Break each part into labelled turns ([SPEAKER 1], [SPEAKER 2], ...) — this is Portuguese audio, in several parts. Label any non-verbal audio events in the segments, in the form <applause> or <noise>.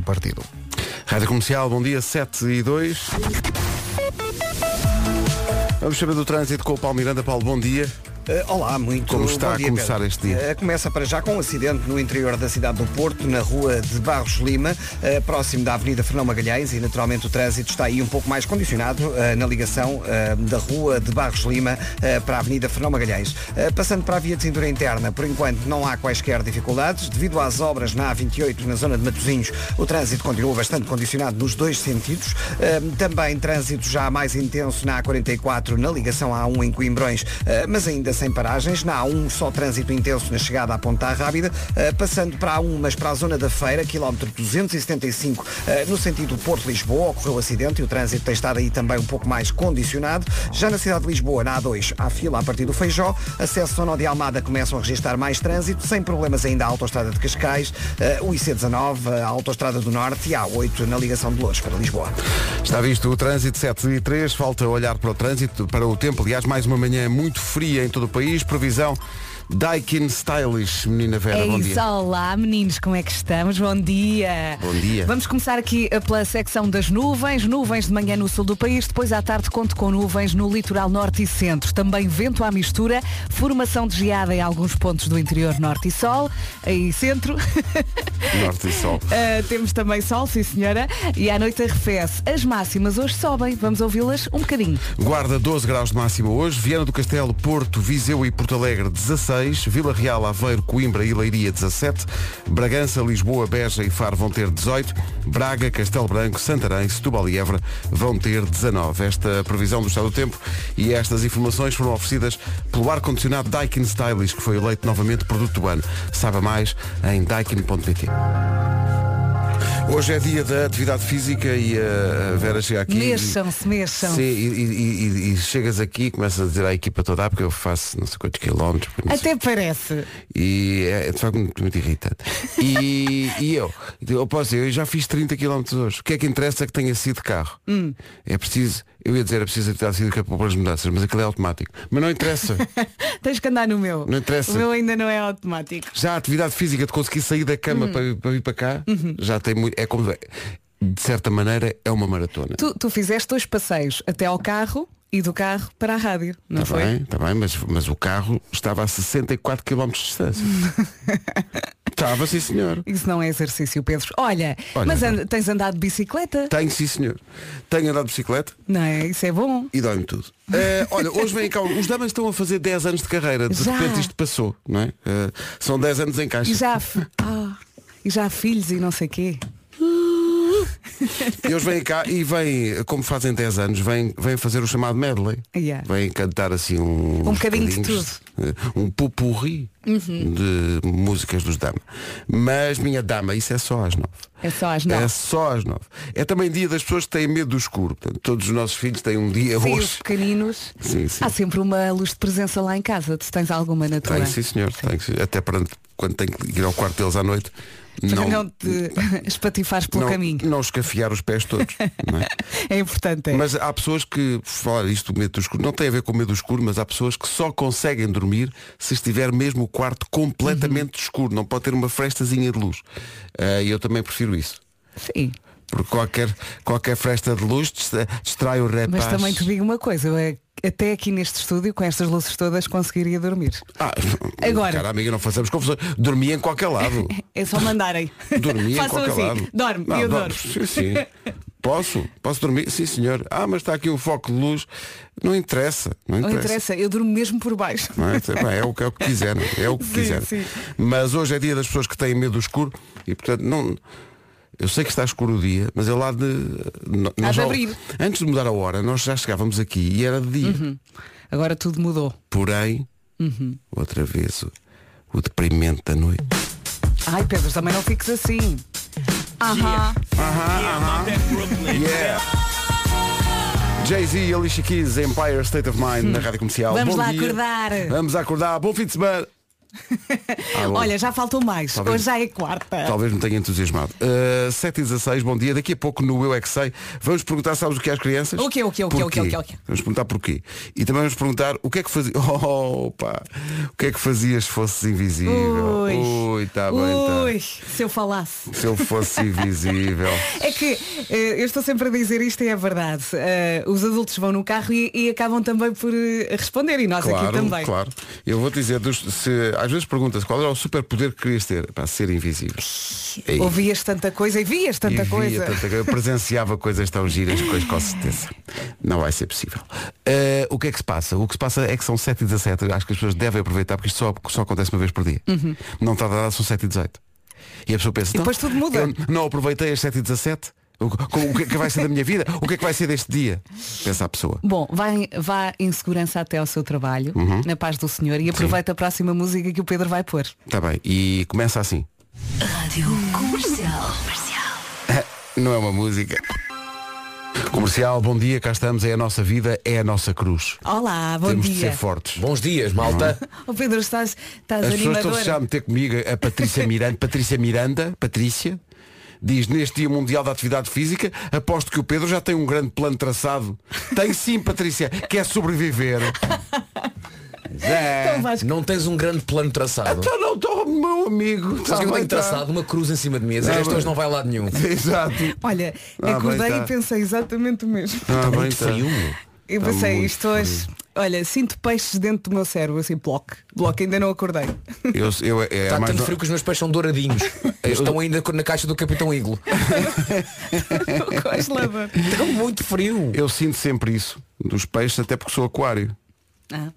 [SPEAKER 1] partido.
[SPEAKER 2] Rádio Comercial, bom dia, 7 e 2. Vamos saber do trânsito com o Paulo Miranda. Paulo, bom dia.
[SPEAKER 3] Eh, Olá, muito
[SPEAKER 2] Como está
[SPEAKER 3] bom
[SPEAKER 2] a
[SPEAKER 3] dia,
[SPEAKER 2] começar
[SPEAKER 3] Pedro.
[SPEAKER 2] este dia?
[SPEAKER 3] Eh, Começa para já com um acidente no interior da cidade do Porto, na rua de Barros Lima, eh, próximo da Avenida Fernão Magalhães, e naturalmente o trânsito está aí um pouco mais condicionado eh, na ligação eh, da rua de Barros Lima eh, para a Avenida Fernão Magalhães. Eh, Passando para a via de cintura interna, por enquanto não há quaisquer dificuldades. Devido às obras na A28, na zona de Matosinhos, o trânsito continua bastante condicionado nos dois sentidos. Eh, Também trânsito já mais intenso na A44, na ligação A1 em Coimbrões, eh, mas ainda sem paragens. Na A1, só trânsito intenso na chegada à Ponta Rábida, eh, passando para a A1, mas para a zona da Feira, quilómetro 275, eh, no sentido Porto-Lisboa, ocorreu acidente e o trânsito tem estado aí também um pouco mais condicionado. Já na cidade de Lisboa, na A2, há fila a partir do Feijó, acesso ao Nó de Almada começam a registrar mais trânsito, sem problemas ainda a autoestrada de Cascais, eh, o IC19, a autoestrada do Norte e a A8 na ligação de Louros para Lisboa.
[SPEAKER 2] Está visto o trânsito 7 e 3, falta olhar para o trânsito, para o tempo, aliás, mais uma manhã muito fria em todo o país, previsão Daikin Stylish, menina Vera,
[SPEAKER 4] É
[SPEAKER 2] bom
[SPEAKER 4] isso,
[SPEAKER 2] dia.
[SPEAKER 4] olá meninos, como é que estamos? Bom dia!
[SPEAKER 2] Bom dia.
[SPEAKER 4] Vamos começar aqui eh, pela secção das nuvens. Nuvens de manhã no sul do país, depois à tarde conto com nuvens no litoral norte e centro. Também vento à mistura, formação de geada em alguns pontos do interior norte e sol, e centro. <laughs>
[SPEAKER 2] Norte e sol.
[SPEAKER 4] Eh, temos também sol, sim senhora, e à noite arrefece. As máximas hoje sobem, vamos ouvi-las um bocadinho.
[SPEAKER 2] Guarda 12 graus de máxima hoje, Viana do Castelo, Porto, Viseu e Porto Alegre 16, Vila Real, Aveiro, Coimbra e Leiria 17, Bragança, Lisboa, Beja e Faro vão ter 18, Braga, Castelo Branco, Santarém, Setúbal e Évora vão ter 19. Esta previsão do estado do tempo e estas informações foram oferecidas pelo ar-condicionado Daikin Stylish, que foi eleito novamente produto do ano. Saiba mais em daikin.pt. Hoje é dia da atividade física e a a Vera chega aqui. e-
[SPEAKER 4] Mexam-se, mexam.
[SPEAKER 2] Sim, e, e- e- e chegas aqui e começas a dizer à equipa toda, ah, porque eu faço não sei quantos quilómetros. porque não sei-
[SPEAKER 4] Até parece.
[SPEAKER 2] E é, é de facto muito, muito irritante. E, e eu, eu posso dizer, eu já fiz 30 quilómetros hoje. O que é que interessa que tenha sido de carro? É preciso, eu ia dizer, é preciso atividade física para pôr as mudanças, mas aquilo é automático. Mas não interessa.
[SPEAKER 4] Tens que andar no meu.
[SPEAKER 2] Não interessa.
[SPEAKER 4] O meu ainda não é automático.
[SPEAKER 2] Já a atividade física de conseguir sair da cama para, vir- para vir para cá, já tem muito. É como. De certa maneira é uma maratona.
[SPEAKER 4] Tu, tu fizeste dois passeios até ao carro e do carro para a rádio, não
[SPEAKER 2] Está
[SPEAKER 4] foi?
[SPEAKER 2] Tá bem, está bem, mas, mas o carro estava a 64 km de
[SPEAKER 4] <laughs>
[SPEAKER 2] distância. estava, sim senhor.
[SPEAKER 4] Isso não é exercício, Pedro. Olha,
[SPEAKER 2] Olha, Tá.
[SPEAKER 4] mas
[SPEAKER 2] não.
[SPEAKER 4] and- tens andado de bicicleta?
[SPEAKER 2] Tenho, sim senhor. Tenho andado de bicicleta
[SPEAKER 4] Não é? Isso é bom.
[SPEAKER 2] e dói-me tudo. Eh, olha, hoje vem cá, os damas estão a fazer 10 anos de carreira. De
[SPEAKER 4] Já.
[SPEAKER 2] repente isto passou, não é? Eh, são 10 anos em caixa.
[SPEAKER 4] E já, há
[SPEAKER 2] <laughs>
[SPEAKER 4] fi- Ah, e já há filhos e não sei quê.
[SPEAKER 2] E eles vêm cá e vêm, como fazem 10 anos, vêm, vêm fazer o chamado medley.
[SPEAKER 4] Yeah.
[SPEAKER 2] Vêm cantar assim um.
[SPEAKER 4] Um bocadinho de Uhum.
[SPEAKER 2] Um pupurri de músicas dos Dama. Mas, minha dama, isso é só às 9.
[SPEAKER 4] É só às nove.
[SPEAKER 2] É só às 9. É também dia das pessoas que têm medo do escuro. Portanto, todos os nossos filhos têm um dia
[SPEAKER 4] Sim, Ah, os
[SPEAKER 2] hoje.
[SPEAKER 4] pequeninos.
[SPEAKER 2] Sim, sim.
[SPEAKER 4] Há sempre uma luz de presença lá em casa. Se tens alguma na tua.
[SPEAKER 2] Tem, sim, senhor. Tem, sim. Até para, quando tem que ir ao quarto deles à noite.
[SPEAKER 4] Para
[SPEAKER 2] Não,
[SPEAKER 4] não, te <laughs> espatifares pelo
[SPEAKER 2] não,
[SPEAKER 4] caminho.
[SPEAKER 2] não escafiar os pés todos. não
[SPEAKER 4] <laughs>
[SPEAKER 2] é?
[SPEAKER 4] É importante. É.
[SPEAKER 2] Mas há pessoas que, por falar isto do medo do escuro, não tem a ver com o medo do escuro, mas há pessoas que só conseguem dormir se estiver mesmo o quarto completamente
[SPEAKER 4] Uhum.
[SPEAKER 2] escuro. Não pode ter uma frestazinha de luz. Ah, E eu também prefiro isso.
[SPEAKER 4] Sim.
[SPEAKER 2] Porque qualquer, qualquer fresta de luz dist- distrai o rapaz.
[SPEAKER 4] Mas também te digo uma coisa. eu, é, Até aqui neste estúdio, com estas luzes todas, conseguiria dormir.
[SPEAKER 2] Ah,
[SPEAKER 4] <laughs> Agora.
[SPEAKER 2] Cara, amiga, não façamos confusão. Dormia em
[SPEAKER 4] <laughs>
[SPEAKER 2] qualquer lado.
[SPEAKER 4] É só mandarem.
[SPEAKER 2] Dormia
[SPEAKER 4] <laughs>
[SPEAKER 2] em
[SPEAKER 4] Façam
[SPEAKER 2] qualquer
[SPEAKER 4] assim.
[SPEAKER 2] lado.
[SPEAKER 4] Dorme,
[SPEAKER 2] Não,
[SPEAKER 4] eu
[SPEAKER 2] dor-
[SPEAKER 4] dormo. <laughs>
[SPEAKER 2] Sim, sim. Posso? Posso dormir? Sim, senhor. Ah, mas está aqui um foco de luz. Não interessa. Não
[SPEAKER 4] Não
[SPEAKER 2] interessa.
[SPEAKER 4] interessa, eu durmo mesmo por baixo.
[SPEAKER 2] não é? Bem, é o que, é o que quiserem, é o que
[SPEAKER 4] Sim,
[SPEAKER 2] quiserem.
[SPEAKER 4] sim.
[SPEAKER 2] Mas hoje é dia das pessoas que têm medo do escuro e portanto não. Eu sei que está escuro o dia, mas é lá de. no- nós já-
[SPEAKER 4] abrir. Uhum.
[SPEAKER 2] Antes de mudar a hora, nós já chegávamos aqui e era de dia.
[SPEAKER 4] Agora tudo mudou.
[SPEAKER 2] Porém,
[SPEAKER 4] Uhum.
[SPEAKER 2] outra vez o, o deprimente da noite.
[SPEAKER 4] Ai Pedro, também não fiques assim. Aham.
[SPEAKER 2] Yeah! Jay-Z e Alicia Keys, Empire State of Mind, na Rádio Comercial.
[SPEAKER 4] Vamos
[SPEAKER 2] Bom
[SPEAKER 4] lá
[SPEAKER 2] dia.
[SPEAKER 4] acordar.
[SPEAKER 2] Vamos acordar. Bom fim de semana. Ah, bom.
[SPEAKER 4] Olha, já faltou mais.
[SPEAKER 2] Talvez-
[SPEAKER 4] Hoje já é quarta.
[SPEAKER 2] Talvez me tenha entusiasmado. Uh, 7 e 16, bom dia. Daqui a pouco no Eu É Que Sei, vamos perguntar, sabes o que é às crianças?
[SPEAKER 4] O quê, o quê, o quê, o quê,
[SPEAKER 2] Porquê?
[SPEAKER 4] o quê, o quê?
[SPEAKER 2] Vamos perguntar porquê. E também vamos perguntar o que é que <laughs> fazia. Oh, pá, o que é que fazias se fosses invisível?
[SPEAKER 4] Ui.
[SPEAKER 2] Ui, está bem,
[SPEAKER 4] Ui,
[SPEAKER 2] está.
[SPEAKER 4] se eu falasse.
[SPEAKER 2] Se eu fosse invisível.
[SPEAKER 4] <laughs> É que eh, eu estou sempre a dizer isto e é verdade. Eh, os adultos vão no carro e, e acabam também por eh, responder e nós aqui também.
[SPEAKER 2] claro. Eu vou dizer, dos- se, às vezes perguntas qual era o superpoder que querias ter? Para ser invisível. Ei.
[SPEAKER 4] Ouvias tanta coisa e vias
[SPEAKER 2] E
[SPEAKER 4] tanta
[SPEAKER 2] via
[SPEAKER 4] coisa.
[SPEAKER 2] tanta coisa.
[SPEAKER 4] <laughs>
[SPEAKER 2] Eu presenciava coisas tão giras, coisas com certeza. Não vai ser possível. Eh, o que é que se passa? O que se passa é que são 7 e 17 Acho que as pessoas devem aproveitar porque isto só, só acontece uma vez por dia. Não está dada, são 7 e 18 E a pessoa pensa,
[SPEAKER 4] Uhum. E depois
[SPEAKER 2] "Não,
[SPEAKER 4] tudo muda."
[SPEAKER 2] eu não aproveitei as 7 e 17 o, que- com- o que é que vai ser da minha vida? O que é que vai ser deste dia? Pensa a pessoa.
[SPEAKER 4] Bom, vá em, vá em segurança até ao seu trabalho,
[SPEAKER 2] Uhum.
[SPEAKER 4] na paz do Senhor, e aproveita a próxima música que o Pedro vai pôr.
[SPEAKER 2] Está Tá bem. E começa assim.
[SPEAKER 1] Rádio Comercial. Comercial.
[SPEAKER 2] Não é uma música. Comercial, bom dia, cá estamos, é a nossa vida, é a nossa cruz.
[SPEAKER 4] Olá, bom
[SPEAKER 2] Temos de
[SPEAKER 4] dia.
[SPEAKER 2] ser fortes. é?
[SPEAKER 5] Bons dias, malta.
[SPEAKER 4] O Pedro, estás, estás
[SPEAKER 2] As
[SPEAKER 4] animador.
[SPEAKER 2] pessoas estão-se já a meter comigo. A Patrícia Miranda, Patrícia Miranda, Patrícia, diz neste Dia Mundial da Atividade Física, aposto que o Pedro já tem um grande plano traçado. Tem sim, Patrícia, quer sobreviver.
[SPEAKER 5] <laughs>
[SPEAKER 4] Então vais-
[SPEAKER 5] Não tens um grande plano traçado.
[SPEAKER 2] Então não estou, meu amigo. Tá
[SPEAKER 5] Sabes que eu
[SPEAKER 2] bem,
[SPEAKER 5] tenho traçado uma cruz em cima de mim. As
[SPEAKER 2] Tá
[SPEAKER 5] questões
[SPEAKER 2] bem.
[SPEAKER 5] não vai a
[SPEAKER 4] <laughs>
[SPEAKER 5] lado nenhum.
[SPEAKER 2] tá. Exato.
[SPEAKER 4] Olha,
[SPEAKER 2] Ah,
[SPEAKER 4] acordei
[SPEAKER 2] bem, tá.
[SPEAKER 4] e pensei exatamente o mesmo.
[SPEAKER 2] Ah, bem,
[SPEAKER 5] muito
[SPEAKER 2] tá.
[SPEAKER 5] frio.
[SPEAKER 4] Eu
[SPEAKER 2] Está
[SPEAKER 4] pensei
[SPEAKER 2] muito
[SPEAKER 4] isto hoje. Olha, sinto peixes dentro do meu cérebro, assim, bloco. Bloco, ainda não acordei. <laughs>
[SPEAKER 2] Eu, eu, é, é
[SPEAKER 5] Está
[SPEAKER 2] mais
[SPEAKER 5] tanto
[SPEAKER 2] no-
[SPEAKER 5] Tá frio que os meus pés são douradinhos. Estão ainda na caixa do Capitão Iglo.
[SPEAKER 2] <laughs>
[SPEAKER 4] Com as lava.
[SPEAKER 5] Está Então, muito frio.
[SPEAKER 2] eu sinto sempre isso, dos peixes, até porque sou aquário.
[SPEAKER 4] Ah,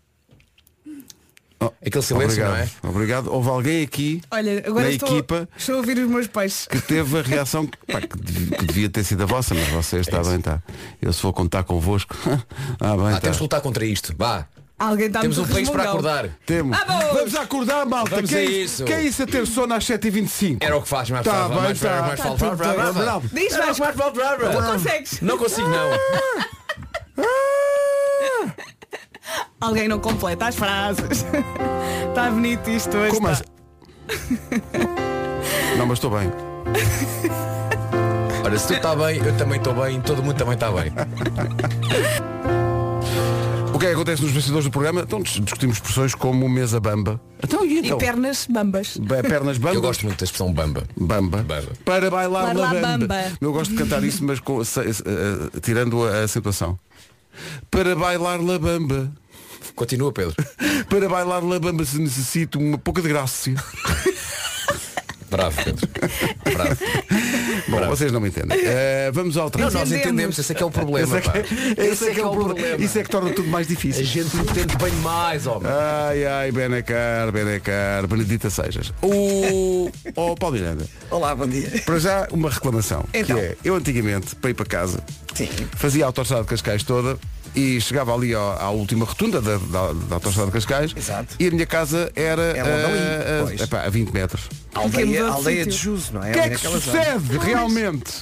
[SPEAKER 2] Oh,
[SPEAKER 5] Aquele silêncio, não é?
[SPEAKER 3] é?
[SPEAKER 2] obrigado, Obrigado. Houve alguém aqui
[SPEAKER 4] Olha, agora
[SPEAKER 2] na
[SPEAKER 4] estou,
[SPEAKER 2] equipa
[SPEAKER 4] estou a ouvir os meus peixes.
[SPEAKER 2] que teve a reação que, pá, que dev- que devia ter sido a vossa, mas você está bem, está. Eu se vou contar convosco. <laughs> Ah, bem,
[SPEAKER 5] É Ah,
[SPEAKER 2] tá.
[SPEAKER 5] temos que lutar contra isto. Vá.
[SPEAKER 4] Alguém está
[SPEAKER 5] Temos um país para acordar.
[SPEAKER 2] Temos.
[SPEAKER 4] Ah, bom.
[SPEAKER 2] Vamos acordar, malta.
[SPEAKER 5] Vamos
[SPEAKER 2] que,
[SPEAKER 5] a
[SPEAKER 2] é
[SPEAKER 5] isso.
[SPEAKER 2] que é isso a ter sono às 7h25?
[SPEAKER 5] Era o que faz, mais
[SPEAKER 2] Tá
[SPEAKER 5] falta,
[SPEAKER 2] bem,
[SPEAKER 5] mais
[SPEAKER 2] tá.
[SPEAKER 5] falta, mais
[SPEAKER 2] Tá
[SPEAKER 5] falta.
[SPEAKER 2] tudo bem.
[SPEAKER 5] Brava, brava.
[SPEAKER 2] Bravo.
[SPEAKER 4] Diz mais. Não consegues.
[SPEAKER 5] Não consigo não.
[SPEAKER 4] Alguém não completa as frases. <laughs> Está bonito isto hoje.
[SPEAKER 2] Como
[SPEAKER 4] tá. <laughs>
[SPEAKER 2] assim? Não, mas estou bem.
[SPEAKER 5] Ora, se tu está bem, eu também estou bem, todo mundo também está bem.
[SPEAKER 2] O que é que acontece nos vencedores do programa? Então dis- discutimos expressões como mesa bamba. Então, e então?
[SPEAKER 4] E pernas bambas.
[SPEAKER 2] Be- Pernas
[SPEAKER 5] <laughs>
[SPEAKER 2] bamba.
[SPEAKER 5] Eu gosto muito da expressão bamba.
[SPEAKER 2] Bamba.
[SPEAKER 5] Bamba.
[SPEAKER 2] Para bailar
[SPEAKER 4] Para
[SPEAKER 2] la
[SPEAKER 4] lá,
[SPEAKER 2] bamba.
[SPEAKER 4] bamba.
[SPEAKER 2] Eu gosto de cantar isso, mas com- se- se- eh, tirando a, a acentuação. Para bailar la bamba.
[SPEAKER 5] Continua, Pedro.
[SPEAKER 2] Para bailar la bamba se necessita uma pouca de
[SPEAKER 5] <laughs>
[SPEAKER 2] graça.
[SPEAKER 5] Bravo, Pedro. Bravo.
[SPEAKER 2] Bom, vocês não me entendem. Eh, vamos ao
[SPEAKER 5] Não,
[SPEAKER 2] trânsito.
[SPEAKER 5] nós entendemos, esse é que é o
[SPEAKER 2] Esse
[SPEAKER 5] problema.
[SPEAKER 2] é que-
[SPEAKER 5] pá.
[SPEAKER 2] esse é que é o problema. Isso é que torna tudo mais
[SPEAKER 5] A
[SPEAKER 2] difícil.
[SPEAKER 5] gente entende bem mais, homem.
[SPEAKER 2] Ai, ai, Benacar, Benacar, Benedita Sejas.
[SPEAKER 5] <laughs>
[SPEAKER 2] O oh, Paulo Miranda,
[SPEAKER 3] Olá, bom dia.
[SPEAKER 2] para já uma reclamação.
[SPEAKER 3] Então.
[SPEAKER 2] Que é, eu antigamente, para ir para casa,
[SPEAKER 3] Sim.
[SPEAKER 2] fazia a autostrada de Cascais toda e chegava ali ao- à última rotunda da, da, da autostrada de Cascais
[SPEAKER 3] Exato.
[SPEAKER 2] e a minha casa era,
[SPEAKER 3] ali,
[SPEAKER 2] ah, ah,
[SPEAKER 3] pois.
[SPEAKER 2] epá, a 20 metros.
[SPEAKER 4] Porque mudou
[SPEAKER 3] Aldeia,
[SPEAKER 4] de
[SPEAKER 3] aldeia de
[SPEAKER 4] sítio.
[SPEAKER 3] Juso, não é?
[SPEAKER 2] O que é
[SPEAKER 3] Ali
[SPEAKER 2] que
[SPEAKER 3] naquela
[SPEAKER 2] sucede
[SPEAKER 3] zona.
[SPEAKER 2] realmente?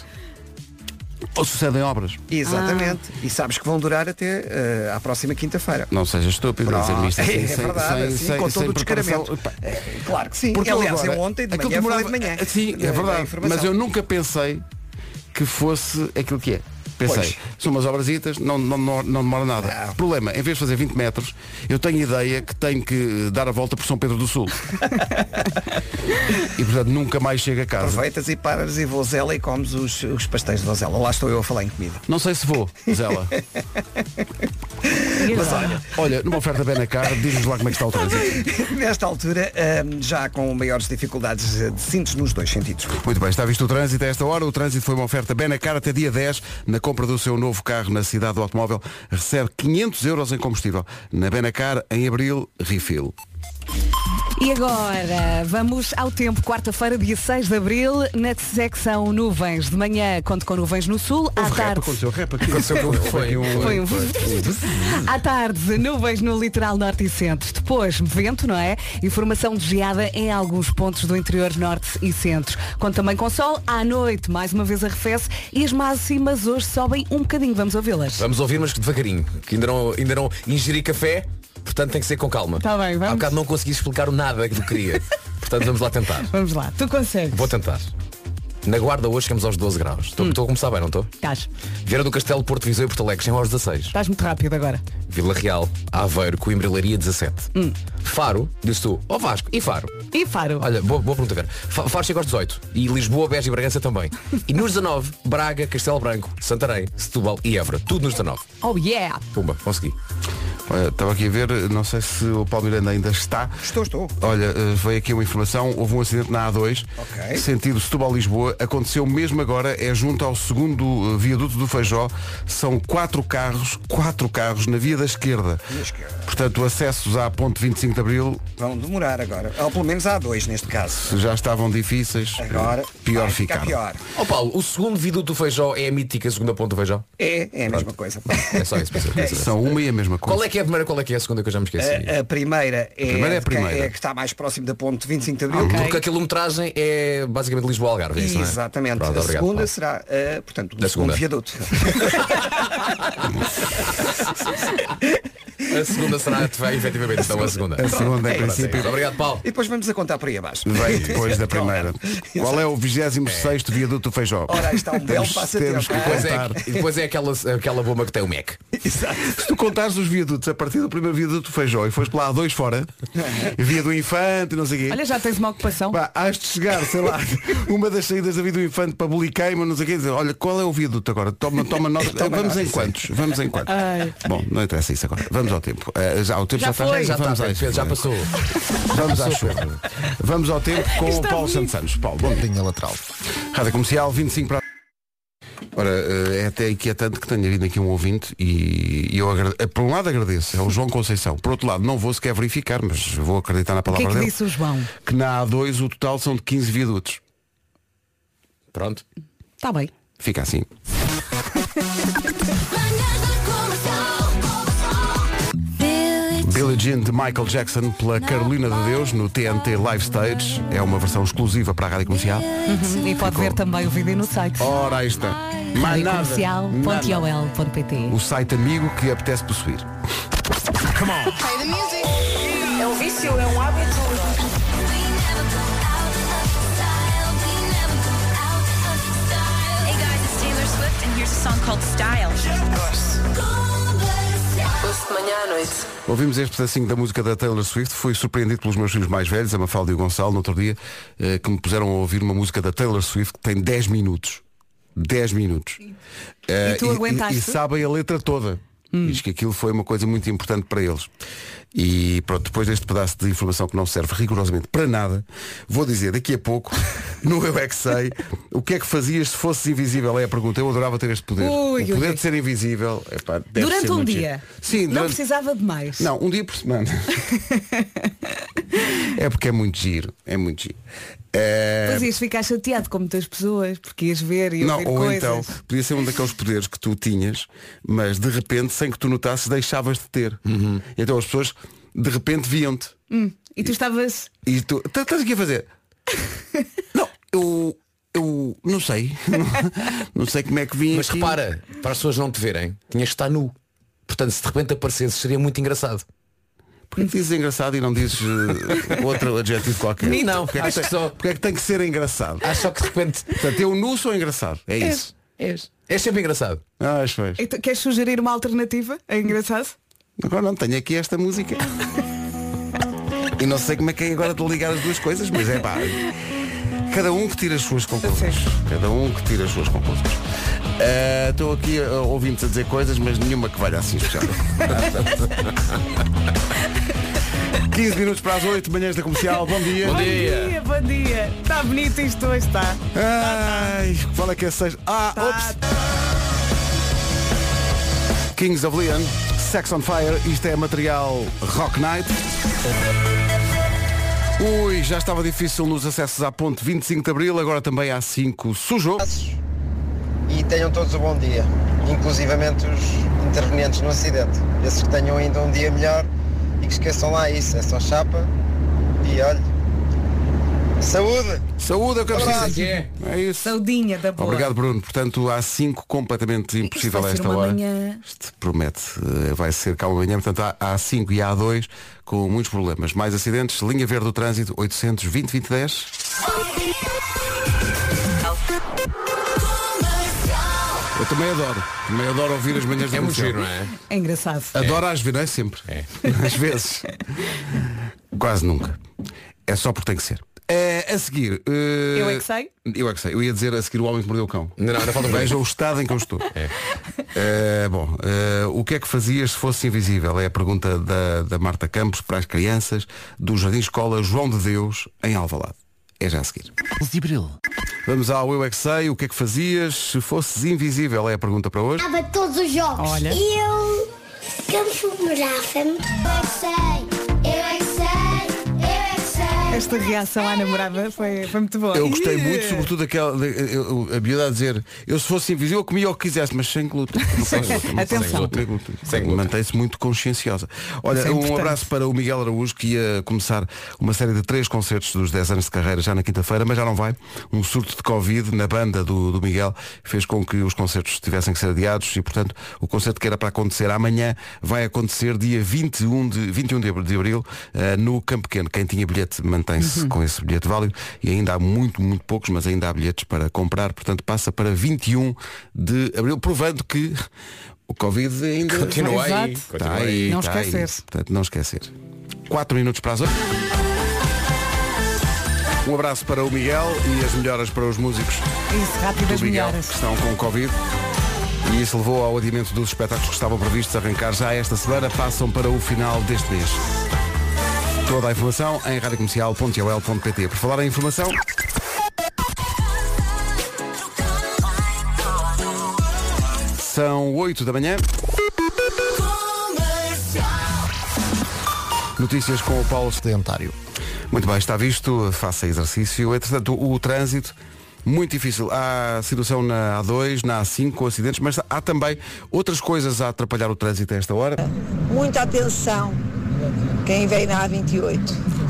[SPEAKER 2] Ou sucedem obras?
[SPEAKER 3] Exatamente. E sabes que vão durar até eh, à próxima quinta-feira.
[SPEAKER 2] Não seja estúpido, dizer-me isto
[SPEAKER 3] <laughs> é
[SPEAKER 2] assim, sem,
[SPEAKER 3] verdade,
[SPEAKER 2] sem,
[SPEAKER 3] assim,
[SPEAKER 2] sem,
[SPEAKER 3] com todo
[SPEAKER 2] sem
[SPEAKER 3] o
[SPEAKER 2] preparação.
[SPEAKER 3] descaramento.
[SPEAKER 2] Epá,
[SPEAKER 3] Eh, Claro que sim.
[SPEAKER 2] eu
[SPEAKER 3] Aliás,
[SPEAKER 2] agora-
[SPEAKER 3] eu ontem de
[SPEAKER 2] aquilo
[SPEAKER 3] manhã falei
[SPEAKER 2] demorava-
[SPEAKER 3] de manhã.
[SPEAKER 2] Sim,
[SPEAKER 3] Da-
[SPEAKER 2] é
[SPEAKER 3] da
[SPEAKER 2] verdade.
[SPEAKER 3] informação.
[SPEAKER 2] Mas eu nunca pensei que fosse aquilo que é. Pensei,
[SPEAKER 3] Pois.
[SPEAKER 2] são umas obrasitas, não, não, não, não demora nada.
[SPEAKER 3] Não.
[SPEAKER 2] Problema, em vez de fazer 20 metros, eu tenho ideia que tenho que dar a volta por São Pedro do
[SPEAKER 3] <laughs>
[SPEAKER 2] Sul. e portanto nunca mais chego a casa.
[SPEAKER 3] Aproveitas e paras e vozela e comes os, os pastéis de vozela. Lá estou eu a falar em comida.
[SPEAKER 2] Não sei se vou, Zela.
[SPEAKER 3] Mas olha,
[SPEAKER 2] Olha, numa oferta bem na cara, diz-nos lá como é que está o
[SPEAKER 3] <laughs>
[SPEAKER 2] trânsito.
[SPEAKER 3] nesta altura, ahm, já com maiores dificuldades eh, de cintos nos dois sentidos.
[SPEAKER 2] Muito bem, está visto o trânsito a esta hora. O trânsito foi uma oferta bem na cara até dia 10. Na compra do seu novo carro na cidade do automóvel, recebe 500 euros em combustível. Na Benacar, em abril, refill.
[SPEAKER 4] E agora, vamos ao tempo. Quarta-feira, dia 6 de Abril, na secção nuvens. De manhã, conto com nuvens no sul. À tarde,
[SPEAKER 2] rap aqui. <laughs>
[SPEAKER 5] Foi um-
[SPEAKER 4] <laughs> Foi um... À tarde, nuvens no litoral norte e centro. Depois, vento, não é? E formação de geada em alguns pontos do interior norte e centro. Conto também com sol. À noite, mais uma vez arrefece. E as máximas hoje sobem um bocadinho. Vamos ouvi-las.
[SPEAKER 5] Vamos ouvir, mas devagarinho. Que ainda não, ainda não ingeri café. portanto tem que ser com calma.
[SPEAKER 4] Tá bem, vamos.
[SPEAKER 5] Há bocado não consegui explicar o nada que tu queria. portanto vamos lá tentar.
[SPEAKER 4] Vamos lá, tu consegues.
[SPEAKER 5] Vou tentar. Na guarda hoje chegamos aos 12 graus. Estou estou a começar bem, não estou?
[SPEAKER 4] Estás.
[SPEAKER 5] Vieira do Castelo, Porto Viseu e Porto Alegre chegam aos 16.
[SPEAKER 4] Estás muito rápido agora.
[SPEAKER 5] Vila Real, Aveiro, Coimbra e Leiria 17. Faro, disse tu, ó Vasco, e Faro?
[SPEAKER 4] E Faro?
[SPEAKER 5] Olha, boa, boa pergunta, Vera. Fa- Faro chega aos 18. E Lisboa, Beja e Bragança também. E nos 19, Braga, Castelo Branco, Santarém, Setúbal e Évora. Tudo nos 19.
[SPEAKER 4] Oh yeah!
[SPEAKER 5] Pumba, consegui.
[SPEAKER 2] Olha, Estava aqui a ver, não sei se o Paulo Miranda ainda está.
[SPEAKER 3] Estou, estou.
[SPEAKER 2] Olha, eh, veio aqui uma informação, houve um acidente na A2,
[SPEAKER 3] Ok.
[SPEAKER 2] sentido Setúbal-Lisboa, aconteceu mesmo agora, é junto ao segundo eh, viaduto do Feijó, são quatro carros, quatro carros na via da esquerda.
[SPEAKER 3] Na esquerda.
[SPEAKER 2] Portanto, acessos à ponte 25 de Abril
[SPEAKER 3] Vão demorar agora. Ou pelo menos há dois neste caso.
[SPEAKER 2] se já estavam difíceis, eh,
[SPEAKER 3] Agora
[SPEAKER 2] pior
[SPEAKER 3] vai ficar
[SPEAKER 2] ficaram.
[SPEAKER 3] pior.
[SPEAKER 5] Ó Oh, Paulo, o segundo viaduto do Feijó é a mítica segunda ponte do Feijó?
[SPEAKER 3] É, é a mesma
[SPEAKER 2] <laughs>
[SPEAKER 3] coisa.
[SPEAKER 2] assim.
[SPEAKER 5] É só isso. Pensa, pensa.
[SPEAKER 2] São uma e a mesma coisa.
[SPEAKER 5] Qual é que é a primeira, qual é que é a segunda que eu já me esqueci?
[SPEAKER 3] A, a primeira é,
[SPEAKER 2] Primeira é a
[SPEAKER 3] de quem-
[SPEAKER 2] primeira.
[SPEAKER 3] é a que está mais próximo da ponte 25 de Abril.
[SPEAKER 5] Porque a quilometragem é basicamente Lisboa-Algarve. é isso, não é?
[SPEAKER 3] Exatamente.
[SPEAKER 5] Pronto,
[SPEAKER 3] a
[SPEAKER 5] obrigado,
[SPEAKER 3] segunda
[SPEAKER 5] Paulo.
[SPEAKER 3] será, eh, portanto,
[SPEAKER 5] Da
[SPEAKER 3] o segundo
[SPEAKER 5] segunda.
[SPEAKER 2] <laughs>
[SPEAKER 3] viaduto.
[SPEAKER 5] A segunda será, vai, efetivamente, então a segunda.
[SPEAKER 2] A segunda, em
[SPEAKER 3] É,
[SPEAKER 2] princípio,
[SPEAKER 5] Pronto, Obrigado, Paulo.
[SPEAKER 3] e depois vamos a contar por aí abaixo. <laughs>
[SPEAKER 2] vem depois da primeira. Qual é o 26 viaduto do Feijó?
[SPEAKER 3] Ora, aí está um belo
[SPEAKER 2] Temos-
[SPEAKER 3] passatempo,
[SPEAKER 2] Temos que
[SPEAKER 3] hein?
[SPEAKER 5] Depois é,
[SPEAKER 2] contar.
[SPEAKER 5] e depois é aquela, aquela bomba que tem o Mac.
[SPEAKER 2] Se tu contares os viadutos a partir do primeiro viaduto do Feijó e fores para lá dois fora, via do Infante, não sei o quê.
[SPEAKER 4] Olha, já tens uma ocupação.
[SPEAKER 2] Pá, has de chegar, sei lá, uma das saídas da Via do Infante para Buliqueima, não sei o quê, dizer, olha, qual é o viaduto agora? Toma, toma nota. Vamos em quantos? Vamos em quantos?
[SPEAKER 4] Ai.
[SPEAKER 2] Bom, não interessa isso agora. Vamos ao tempo. Ah, já, o tempo já,
[SPEAKER 4] Já
[SPEAKER 2] está-
[SPEAKER 4] foi.
[SPEAKER 2] Já,
[SPEAKER 5] Já,
[SPEAKER 2] vamos
[SPEAKER 5] está,
[SPEAKER 2] a isso.
[SPEAKER 5] Pedro, já passou.
[SPEAKER 2] Vamos à chuva. Vamos ao tempo com o
[SPEAKER 4] Está
[SPEAKER 2] Paulo
[SPEAKER 4] é bonito.
[SPEAKER 2] Santos Santos. Paulo, bom dia. lateral. Rádio Comercial, 25 para... Ora, eh, é até inquietante que tenha vindo aqui um ouvinte e e eu, agra- eh, por um lado, agradeço, é o João Conceição. Por outro lado, não vou sequer verificar, mas vou acreditar na
[SPEAKER 4] O que
[SPEAKER 2] palavra
[SPEAKER 4] é que
[SPEAKER 2] dele,
[SPEAKER 4] disse o João?
[SPEAKER 2] que na A2 o total são de 15 viadutos.
[SPEAKER 5] Pronto.
[SPEAKER 4] Está Tá bem.
[SPEAKER 2] Fica assim. Billie Jean de Michael Jackson pela Carolina de Deus no TNT Live Stage. É uma versão exclusiva para a Rádio Comercial.
[SPEAKER 4] E pode ver também o vídeo no site.
[SPEAKER 2] Ora, aí está. Oh, Mais nada. Nada.
[SPEAKER 4] Comercial.ol.pt
[SPEAKER 2] O site amigo que apetece possuir.
[SPEAKER 6] É um vício, é um hábito.
[SPEAKER 7] Hey guys, it's Taylor Swift, and here's a song called Style.
[SPEAKER 6] Ouço de manhã à noite.
[SPEAKER 2] Ouvimos este pedacinho da música da Taylor Swift. Fui surpreendido pelos meus filhos mais velhos, a Mafalda e o Gonçalo, no outro dia, eh, que me puseram a ouvir uma música da Taylor Swift que tem 10 minutos. 10 minutos. Eh,
[SPEAKER 4] tu aguentaste? Hum.
[SPEAKER 2] E, e sabem a letra toda. Diz que aquilo foi uma coisa muito importante para eles. E pronto, depois deste pedaço de informação que não serve rigorosamente para nada, vou dizer daqui
[SPEAKER 4] <laughs>
[SPEAKER 2] a pouco, no Eu É Que Sei, o que é que fazias se fosses invisível? É a pergunta. Eu adorava ter este poder.
[SPEAKER 4] Ui,
[SPEAKER 2] o poder
[SPEAKER 4] ui, ui.
[SPEAKER 2] de ser invisível. epá, deve
[SPEAKER 4] Durante
[SPEAKER 2] ser
[SPEAKER 4] um
[SPEAKER 2] muito
[SPEAKER 4] dia.
[SPEAKER 2] giro. Sim,
[SPEAKER 4] Não
[SPEAKER 2] durante...
[SPEAKER 4] precisava de mais.
[SPEAKER 2] Não, um dia por semana. <laughs> é porque é muito giro. É muito giro. É,
[SPEAKER 4] Depois ias ficar chateado com muitas pessoas, porque ias ver e
[SPEAKER 2] Não,
[SPEAKER 4] ouvir
[SPEAKER 2] ou
[SPEAKER 4] coisas.
[SPEAKER 2] então podia ser um daqueles poderes que tu tinhas, mas de repente, sem que tu notasses, deixavas de ter.
[SPEAKER 5] Uhum.
[SPEAKER 2] Então as pessoas de repente viam-te.
[SPEAKER 4] E tu estavas.
[SPEAKER 2] E tu "Tá- estás aqui a fazer. não, eu. Eu não sei. <laughs> não sei como é que vim.
[SPEAKER 5] Mas
[SPEAKER 2] aqui.
[SPEAKER 5] repara, para as pessoas não te verem, tinhas que estar nu. Portanto, se de repente aparecesse, seria muito engraçado.
[SPEAKER 2] Porquê é que dizes engraçado e não dizes eh, outro adjetivo qualquer?
[SPEAKER 5] Ni não,
[SPEAKER 2] Porquê é
[SPEAKER 5] acho que
[SPEAKER 2] tem-
[SPEAKER 5] só- Ah.
[SPEAKER 2] Porquê é que tem que ser engraçado?
[SPEAKER 5] Acho só que de repente.
[SPEAKER 2] Portanto, eu nu sou engraçado. É isso.
[SPEAKER 5] És. És sempre engraçado.
[SPEAKER 2] Ah, acho bem.
[SPEAKER 4] Então, queres sugerir uma alternativa? É engraçado?
[SPEAKER 2] Agora não tenho aqui esta música. e não sei como é que é agora de ligar as duas coisas, mas é pá. Cada um que tira as suas conclusões. Cada um que tira as suas conclusões. Ah, Estou aqui ah, ouvindo-te a dizer coisas, mas nenhuma que valha assim especial. 15 minutos para as 8, manhãs da comercial, bom dia.
[SPEAKER 5] Bom
[SPEAKER 4] Bom
[SPEAKER 5] dia.
[SPEAKER 4] dia, bom dia. Está bonito isto hoje, tá? está.
[SPEAKER 2] Ai, fala que é seis. Ah,
[SPEAKER 4] Tá.
[SPEAKER 2] ops. Kings of Leon, Sex on Fire, isto é material Rock Night. Ui, já estava difícil nos acessos à ponte 25 de Abril, agora também há 5 sujou.
[SPEAKER 8] e tenham todos um bom dia, inclusivamente os intervenientes no acidente. Esses que tenham ainda um dia melhor e que esqueçam lá isso, é só chapa e olha, Saúde!
[SPEAKER 2] Saúde é o que é preciso.
[SPEAKER 5] Isso é
[SPEAKER 2] É isso.
[SPEAKER 4] Saudinha da boa.
[SPEAKER 2] Obrigado, Bruno. Portanto, há cinco completamente impossível
[SPEAKER 4] vai
[SPEAKER 2] a
[SPEAKER 4] ser
[SPEAKER 2] esta
[SPEAKER 4] uma
[SPEAKER 2] hora.
[SPEAKER 4] manhã.
[SPEAKER 2] Isto promete. eh, Vai ser calma amanhã. Portanto, há- há cinco e há dois com muitos problemas. Mais acidentes. Linha Verde do Trânsito, 820 2010. Eu também adoro. Também adoro ouvir as manhãs
[SPEAKER 5] É
[SPEAKER 2] da
[SPEAKER 5] muito
[SPEAKER 2] Comercial.
[SPEAKER 5] giro, não é?
[SPEAKER 4] É engraçado.
[SPEAKER 2] Adoro às vezes, não é sempre. <laughs> Às vezes. Quase nunca. É só porque tem que ser. Eh, a seguir. eh,
[SPEAKER 4] Eu é que sei?
[SPEAKER 2] Eu é que sei. Eu ia dizer a seguir o homem que mordeu o cão.
[SPEAKER 5] Não, não, ainda falta um É.
[SPEAKER 2] Veja o estado em que
[SPEAKER 5] <laughs>
[SPEAKER 2] eu estou. Eh, bom, eh, o que é que fazias se fosse invisível? É a pergunta da, da Marta Campos para as crianças do Jardim Escola João de Deus em Alvalade. É já a seguir. Vamos ao Eu é que sei. O que é que fazias se fosses invisível? É a pergunta para hoje.
[SPEAKER 9] jogava todos os jogos.
[SPEAKER 4] Olha.
[SPEAKER 9] E eu transformava-me. Eu é que sei, eu é que sei, eu é que sei.
[SPEAKER 4] Esta reação à namorada foi, foi muito boa.
[SPEAKER 2] Eu gostei
[SPEAKER 4] Yeah.
[SPEAKER 2] muito, sobretudo, daquela, da- eu- eu- a miúda a dizer, eu se fosse invisível, eu comia o que quisesse, mas sem glúten. Não
[SPEAKER 4] Sem
[SPEAKER 2] posso.
[SPEAKER 4] glúten.
[SPEAKER 2] Não
[SPEAKER 4] Atenção.
[SPEAKER 2] posso. Sem glúten.
[SPEAKER 5] Sem glúten.
[SPEAKER 2] Mantém-se muito conscienciosa.
[SPEAKER 4] Isso é
[SPEAKER 2] Olha, um
[SPEAKER 4] importante.
[SPEAKER 2] abraço para o Miguel Araújo, que ia começar uma série de três concertos dos 10 anos de carreira já na quinta-feira, mas já não vai. Um surto de Covid na banda do, do Miguel fez com que os concertos tivessem que ser adiados e, portanto, o concerto que era para acontecer amanhã vai acontecer dia 21 de, 21 de abri- de abril eh, no Campo Pequeno. Quem tinha bilhete
[SPEAKER 4] Uhum.
[SPEAKER 2] mantém-se com esse bilhete válido e ainda há muito, muito poucos, mas ainda há bilhetes para comprar. Portanto, passa para 21 de abril, provando que o Covid ainda
[SPEAKER 5] Continua aí.
[SPEAKER 4] Exato.
[SPEAKER 5] Continua
[SPEAKER 2] Tá
[SPEAKER 5] aí.
[SPEAKER 2] aí,
[SPEAKER 4] Não
[SPEAKER 2] tá aí.
[SPEAKER 4] esquecer.
[SPEAKER 2] Portanto, não esquecer. 4 minutos para as 8. Um abraço para o Miguel e as melhoras para os músicos
[SPEAKER 4] Isso, rápido as
[SPEAKER 2] do Miguel, que
[SPEAKER 4] melhoras.
[SPEAKER 2] estão com Covid. E isso levou ao adiamento dos espetáculos que estavam previstos arrancar já esta semana, passam para o final deste mês. Toda a informação em radiocomercial.ol.pt. Por falar em informação, são 8 da manhã. Notícias com o Paulo Sedentário. Muito bem, está visto, faça exercício. Entretanto, o trânsito, muito difícil. Há situação na A2, na A5, com acidentes, mas há também outras coisas a atrapalhar o trânsito a esta hora.
[SPEAKER 10] Muita atenção quem vem na A28.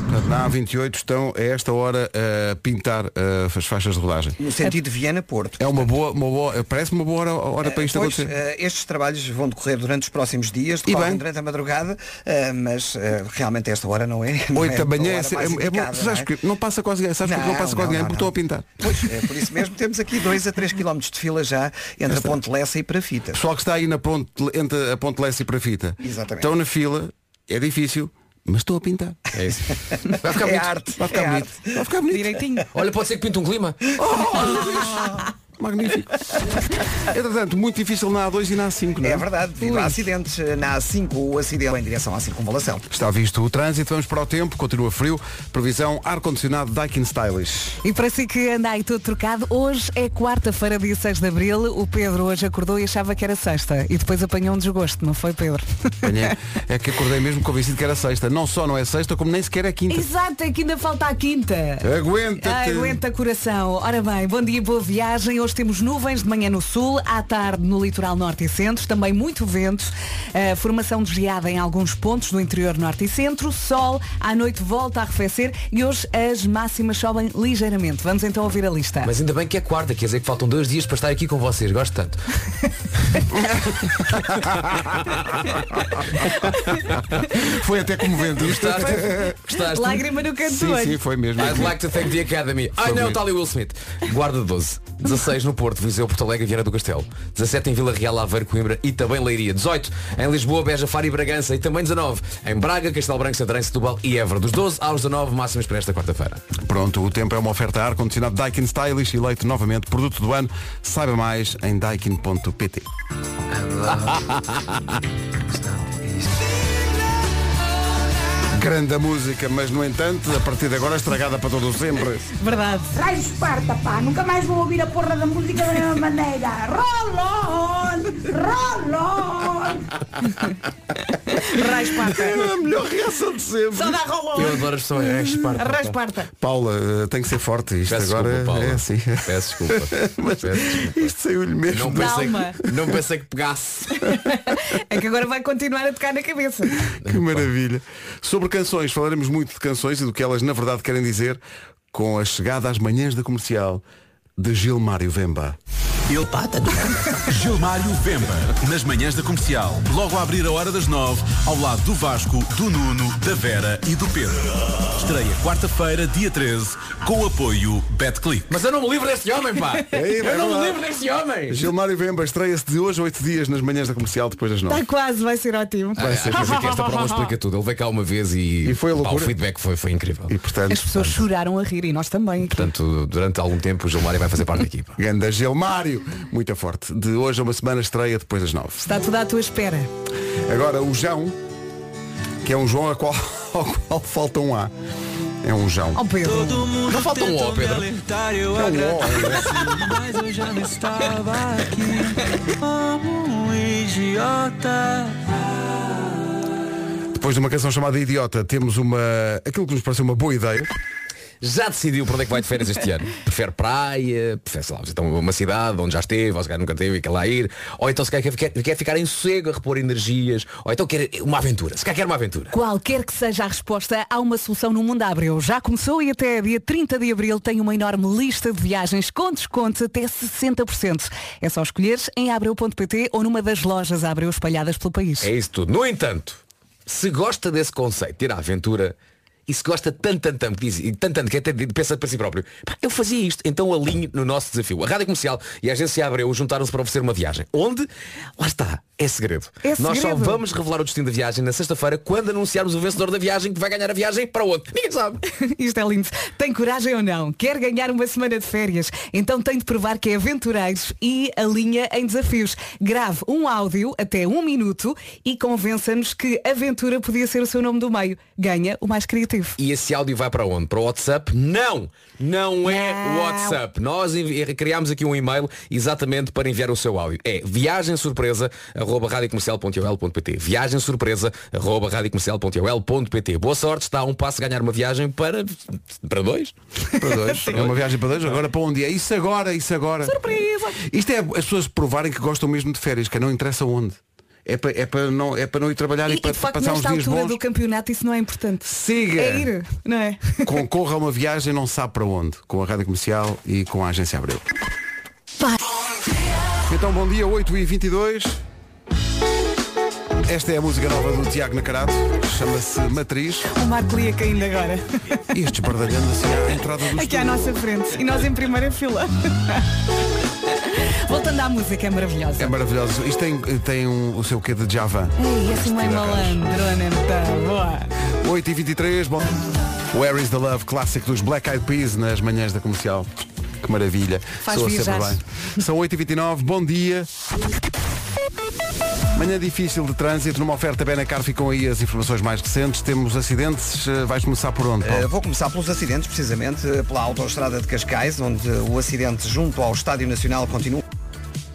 [SPEAKER 2] Portanto, Na A28 estão, a esta hora, a pintar eh, as faixas de rodagem.
[SPEAKER 3] No sentido de Viena-Porto.
[SPEAKER 2] É uma boa, uma boa parece-me uma boa hora, hora para isto
[SPEAKER 3] Pois,
[SPEAKER 2] acontecer.
[SPEAKER 3] eh, estes trabalhos vão decorrer durante os próximos dias,
[SPEAKER 2] E
[SPEAKER 3] decorrem
[SPEAKER 2] bem.
[SPEAKER 3] durante a madrugada, eh, mas eh, realmente esta hora não é. não é
[SPEAKER 2] 8 da
[SPEAKER 3] a
[SPEAKER 2] manhã
[SPEAKER 3] hora
[SPEAKER 2] é, se- é,
[SPEAKER 3] mais
[SPEAKER 2] é, bom.
[SPEAKER 3] indicada,
[SPEAKER 2] Sabes
[SPEAKER 3] não é?
[SPEAKER 2] que não passa quase ninguém. Sabes que não passa quase ninguém porque estou a pintar.
[SPEAKER 3] Pois, é por isso mesmo temos aqui 2 a 3 km de fila já entre a Ponte Lessa e Parafita.
[SPEAKER 2] pessoal que está aí na ponte, entre a Ponte Leste e para Fita,
[SPEAKER 3] Exatamente.
[SPEAKER 2] estão na fila, é difícil, mas estou a pintar.
[SPEAKER 5] É isso. Vai ficar
[SPEAKER 3] É
[SPEAKER 5] bonito.
[SPEAKER 3] arte,
[SPEAKER 2] Vai ficar
[SPEAKER 3] é
[SPEAKER 2] bonito.
[SPEAKER 3] arte.
[SPEAKER 2] Vai ficar bonito. Oh,
[SPEAKER 4] Direitinho.
[SPEAKER 5] Olha, pode ser que pinte um clima.
[SPEAKER 2] Magnífico. Entretanto, muito difícil na A2 e na A5, não é?
[SPEAKER 3] É verdade, devido a acidentes na A5 o acidente em direção à circunvalação.
[SPEAKER 2] Está visto o trânsito, vamos para o tempo, continua frio. Previsão ar-condicionado Daikin Stylish.
[SPEAKER 4] E para si que anda aí todo trocado, hoje é quarta-feira, dia 6 de abril. O Pedro hoje acordou e achava que era sexta. E depois apanhou um desgosto, não foi, Pedro?
[SPEAKER 2] Amanhã É que acordei mesmo convencido que era sexta. Não só não é sexta, como nem sequer é
[SPEAKER 4] <laughs>
[SPEAKER 2] quinta.
[SPEAKER 4] Exato, é que ainda falta a
[SPEAKER 2] É
[SPEAKER 4] quinta.
[SPEAKER 2] Aguenta-te.
[SPEAKER 4] Ai, Aguenta coração. Ora bem, bom dia, boa viagem. Hoje temos nuvens de manhã no sul, à tarde no litoral norte e centro, também muito vento, eh, formação de geada em alguns pontos do interior norte e centro, sol, à noite volta a arrefecer e hoje as máximas sobem ligeiramente. Vamos então ouvir a lista.
[SPEAKER 5] Mas ainda bem que é quarta, quer dizer que faltam dois dias para estar aqui com vocês. Gosto
[SPEAKER 2] <laughs>
[SPEAKER 5] tanto.
[SPEAKER 2] Foi até comovente.
[SPEAKER 5] Gostaste? Gostaste?
[SPEAKER 4] Lágrima no canto do
[SPEAKER 2] Sim, sim,
[SPEAKER 4] olho.
[SPEAKER 2] foi mesmo.
[SPEAKER 5] I'd like to thank the Academy. Ai não,
[SPEAKER 2] bonito.
[SPEAKER 5] está ali o Will Smith. Guarda 12. 16 no Porto, Viseu, Porto Alegre e Viana do Castelo. 17 em Vila Real, Aveiro, Coimbra e também Leiria. 18 em Lisboa, Beja, Faro e Bragança. E também 19 em Braga, Castelo Branco, Santarém, Setúbal e Évora. Dos 12 aos 19, máximas para esta quarta-feira.
[SPEAKER 2] Pronto, o tempo é uma oferta a ar-condicionado Daikin Stylish, eleito novamente produto do ano. Saiba mais em <laughs> daikin.pt. Grande a música, mas no entanto, a partir de agora estragada para todo o sempre.
[SPEAKER 4] Verdade.
[SPEAKER 10] Raio Esparta, pá, nunca mais vou ouvir a porra da música da mesma maneira.
[SPEAKER 4] <laughs>
[SPEAKER 10] Roll on, roll on.
[SPEAKER 4] Raios parta.
[SPEAKER 2] É a melhor reação de sempre.
[SPEAKER 4] Só dá rolou.
[SPEAKER 5] Eu adoro as pessoas. É, Esparta.
[SPEAKER 4] Raios parta.
[SPEAKER 2] Paula, eh, tem que ser forte isto
[SPEAKER 5] Peço
[SPEAKER 2] agora.
[SPEAKER 5] desculpa, Paula.
[SPEAKER 2] É assim.
[SPEAKER 5] Peço desculpa.
[SPEAKER 2] <laughs> Mas
[SPEAKER 5] Peço desculpa.
[SPEAKER 2] isto saiu-lhe mesmo.
[SPEAKER 5] Não
[SPEAKER 2] da-
[SPEAKER 5] pensei,
[SPEAKER 4] Calma.
[SPEAKER 5] que, não pensei que pegasse.
[SPEAKER 4] É que agora vai continuar a tocar na cabeça. <laughs>
[SPEAKER 2] Que maravilha. Sobre canções, falaremos muito de canções e do que elas na verdade querem dizer. com a chegada às manhãs da comercial de Gilmário Vemba.
[SPEAKER 11] Eu pata do Gilmário Vemba, nas manhãs da comercial, logo a abrir a hora das nove, ao lado do Vasco, do Nuno, da Vera e do Pedro. Estreia quarta-feira, dia 13, com o apoio BetClick.
[SPEAKER 5] Mas eu não me livro deste homem, pá!
[SPEAKER 2] Aí, vai
[SPEAKER 5] eu não
[SPEAKER 2] lá.
[SPEAKER 5] me livro deste homem!
[SPEAKER 2] Gilmário Vemba estreia-se de hoje a oito dias nas manhãs da comercial depois das nove.
[SPEAKER 4] Está Tá quase, vai ser ótimo.
[SPEAKER 5] Ah, quer dizer que esta prova explica tudo. Ele veio cá uma vez e,
[SPEAKER 2] E foi a
[SPEAKER 5] pá, o
[SPEAKER 2] loucura.
[SPEAKER 5] feedback foi, foi incrível.
[SPEAKER 2] E portanto,
[SPEAKER 4] As pessoas choraram a rir e nós também.
[SPEAKER 5] Portanto, durante algum tempo o Gilmário vai fazer parte da equipa.
[SPEAKER 2] Ganda Gilmário, muito forte. De hoje a uma semana estreia depois das nove.
[SPEAKER 4] Está tudo à tua espera.
[SPEAKER 2] Agora o João, que é um João a qual- <laughs> ao qual falta um A. É um João.
[SPEAKER 4] Ó Pedro,
[SPEAKER 5] Não falta um ó, Pedro.
[SPEAKER 2] É um
[SPEAKER 5] né?
[SPEAKER 2] O, é.
[SPEAKER 12] Mas eu já não estava aqui como um idiota.
[SPEAKER 2] Depois de uma canção chamada Idiota, temos uma. aquilo que nos pareceu uma boa ideia.
[SPEAKER 5] <laughs> Já decidiu para onde é que vai de férias este ano? <laughs> Prefere praia, prefere, sei lá, então uma cidade onde já esteve, ou se calhar nunca teve e quer lá ir, ou então se calhar quer, quer, quer ficar em sossego, a repor energias, ou então quer uma aventura, se calhar quer uma aventura.
[SPEAKER 4] qualquer que seja a resposta, há uma solução no Mundo Abreu. Já começou e até dia 30 de abril tem uma enorme lista de viagens com descontos até 60%. É só escolheres em abreu.pt ou numa das lojas Abreu espalhadas pelo país.
[SPEAKER 5] É isso tudo. No entanto, se gosta desse conceito de ir à aventura e se gosta tanto, tanto, tanto, que diz, e tanto, tanto, que até pensa para si próprio, "Pá, eu fazia isto, então alinho no nosso desafio. A Rádio Comercial e a Agência Abreu juntaram-se para oferecer uma viagem. Onde? Lá está, é segredo.
[SPEAKER 4] É
[SPEAKER 5] Nós só
[SPEAKER 4] segredo.
[SPEAKER 5] vamos revelar o destino da viagem na sexta-feira quando anunciarmos o vencedor da viagem que vai ganhar a viagem para onde? Ninguém sabe.
[SPEAKER 4] <laughs> Isto é lindo. Tem coragem ou não? Quer ganhar uma semana de férias? Então tem de provar que é aventureiros e alinha em desafios. Grave um áudio até um minuto e convença-nos que aventura podia ser o seu nome do meio. Ganha o mais criativo.
[SPEAKER 5] E esse áudio vai para onde? Para o WhatsApp? Não! Não é
[SPEAKER 4] Não.
[SPEAKER 5] WhatsApp. Nós envi- criámos aqui um e-mail exatamente para enviar o seu áudio. É viagem surpresa arroba radiocomercial.ol.pt viagem surpresa arroba radiocomercial.ol.pt Boa sorte, está a um passo a ganhar uma viagem para, para dois.
[SPEAKER 2] Para dois. É uma viagem para dois, agora para onde é? Isso agora, isso agora.
[SPEAKER 4] Surpresa!
[SPEAKER 2] Isto é as pessoas provarem que gostam mesmo de férias, que não interessa onde. É para, é para, não, é para não ir trabalhar e,
[SPEAKER 4] E, e
[SPEAKER 2] para
[SPEAKER 4] de facto,
[SPEAKER 2] passar uns
[SPEAKER 4] nesta
[SPEAKER 2] dias
[SPEAKER 4] altura
[SPEAKER 2] bons.
[SPEAKER 4] do campeonato isso não é importante.
[SPEAKER 2] Siga.
[SPEAKER 4] É ir, não é? <laughs>
[SPEAKER 2] Concorra a uma viagem não sabe para onde. Com a Rádio Comercial e com a Agência Abreu. Então bom dia, 8h22. Esta é a música nova do Tiago Nacarato. Chama-se Matriz.
[SPEAKER 4] O Marco Lia caindo
[SPEAKER 2] <laughs>
[SPEAKER 4] agora.
[SPEAKER 2] E estes bardalhando assim à entrada do
[SPEAKER 4] Aqui à nossa frente. E nós em primeira fila. <laughs> Voltando à música, é maravilhosa.
[SPEAKER 2] É maravilhoso. Isto tem, tem um- o seu quê de Java.
[SPEAKER 4] Ei, assim meio malandrona, então. Boa.
[SPEAKER 2] 8h23, bom. Where is the Love, clássico dos Black Eyed Peas nas manhãs da comercial. Que maravilha.
[SPEAKER 4] Faz
[SPEAKER 2] Soa
[SPEAKER 4] viajar.
[SPEAKER 2] sempre bem. São 8h29, bom dia. Manhã difícil de trânsito, numa oferta Benacar ficam aí as informações mais recentes. Temos acidentes, eh, vais começar por onde? Paulo?
[SPEAKER 3] Eh, vou começar pelos acidentes, precisamente, eh, pela autoestrada de Cascais, onde eh, o acidente junto ao Estádio Nacional continua.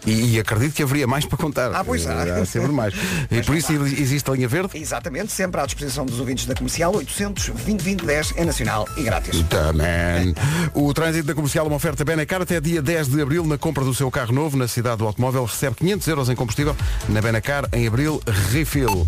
[SPEAKER 2] E, e acredito que haveria mais para contar.
[SPEAKER 3] Ah, pois há.
[SPEAKER 2] Há sempre <laughs> mais. E por isso existe a linha verde?
[SPEAKER 3] Exatamente, sempre à disposição dos ouvintes da comercial, 800 2010 é nacional e grátis.
[SPEAKER 2] Também. O trânsito da comercial é uma oferta Benacar até dia 10 de abril na compra do seu carro novo na cidade do automóvel. Recebe 500 euros em combustível na Benacar em abril. Refill.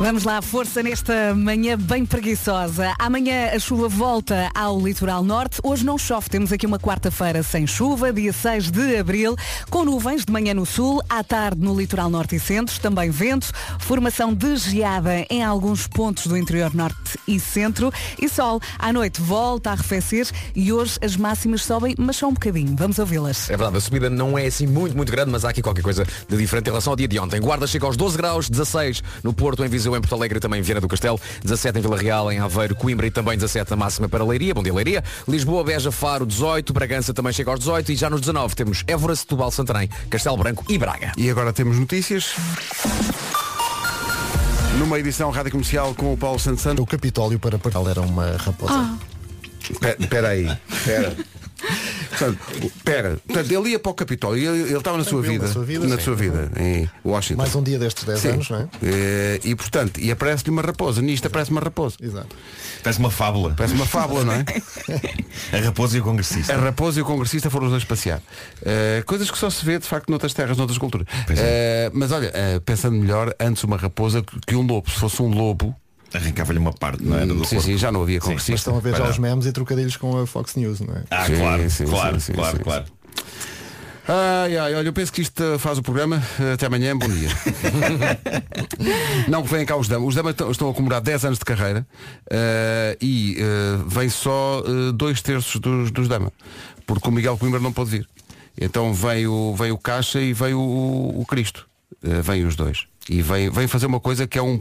[SPEAKER 4] Vamos lá, força nesta manhã bem preguiçosa. Amanhã a chuva volta ao litoral norte. Hoje não chove, temos aqui uma quarta-feira sem chuva, dia 6 de abril, com nuvens de manhã no sul, à tarde no litoral norte e centro, também vento, formação de geada em alguns pontos do interior norte e centro e sol. À noite volta a arrefecer e hoje as máximas sobem, mas só um bocadinho. Vamos ouvi-las.
[SPEAKER 5] É verdade, a subida não é assim muito, muito grande, mas há aqui qualquer coisa de diferente em relação ao dia de ontem. Guarda chega aos 12 graus, 16 no Porto, em Viseu, em Porto Alegre, e também em Viana do Castelo, 17 em Vila Real, em Aveiro, Coimbra e também 17 a máxima para Leiria. Bom dia, Leiria. Lisboa, Beja, Faro, 18, Bragança também chega aos 18 e já nos 19 temos Évora, Setúbal, Santarém, Castelo Branco e Braga.
[SPEAKER 2] E agora temos notícias. Numa edição rádio comercial com o Paulo Santos Santos.
[SPEAKER 13] O Capitólio para Portugal era uma raposa.
[SPEAKER 2] Espera aí. Espera. Portanto, pera, portanto, ele ia para o Capitólio, ele, ele estava na sua
[SPEAKER 13] Tranquilo,
[SPEAKER 2] vida,
[SPEAKER 13] na sua vida, sim.
[SPEAKER 2] em Washington.
[SPEAKER 13] Mais um dia destes 10
[SPEAKER 2] Sim.
[SPEAKER 13] anos, não é?
[SPEAKER 2] Eh, E, portanto, e aparece-lhe uma raposa, nisto aparece uma raposa.
[SPEAKER 13] Exato.
[SPEAKER 14] Parece uma fábula.
[SPEAKER 2] Parece uma fábula, não é?
[SPEAKER 14] A raposa e o congressista.
[SPEAKER 2] A raposa e o congressista foram os dois passear. Eh, coisas que só se vê, de facto, noutras terras, noutras
[SPEAKER 14] é.
[SPEAKER 2] culturas. Eh, mas olha, eh, pensando melhor, antes uma raposa que um lobo. Se fosse um lobo,
[SPEAKER 14] Arrancava-lhe uma parte, não era? Do
[SPEAKER 2] Hum, Sim, sim, já não havia congressista.
[SPEAKER 13] Estão a ver já os memes e trocadilhos com a Fox News, não é?
[SPEAKER 14] Ah,
[SPEAKER 2] Sim,
[SPEAKER 14] claro,
[SPEAKER 2] sim,
[SPEAKER 14] claro,
[SPEAKER 2] sim, sim,
[SPEAKER 14] claro,
[SPEAKER 2] sim,
[SPEAKER 14] claro.
[SPEAKER 2] Ai, ai, olha, eu penso que isto uh, faz o programa. Uh, Até amanhã, bom <laughs> dia. Não, que vêm cá os damas. Os damas tão- estão a comemorar 10 anos de carreira uh, e uh, vem só uh, dois terços dos, dos damas, porque o Miguel Coimbra não pôde vir. Então vem o, vem o Caixa e vem o, o Cristo. Uh, vêm os dois. E vem, vem fazer uma coisa que é um.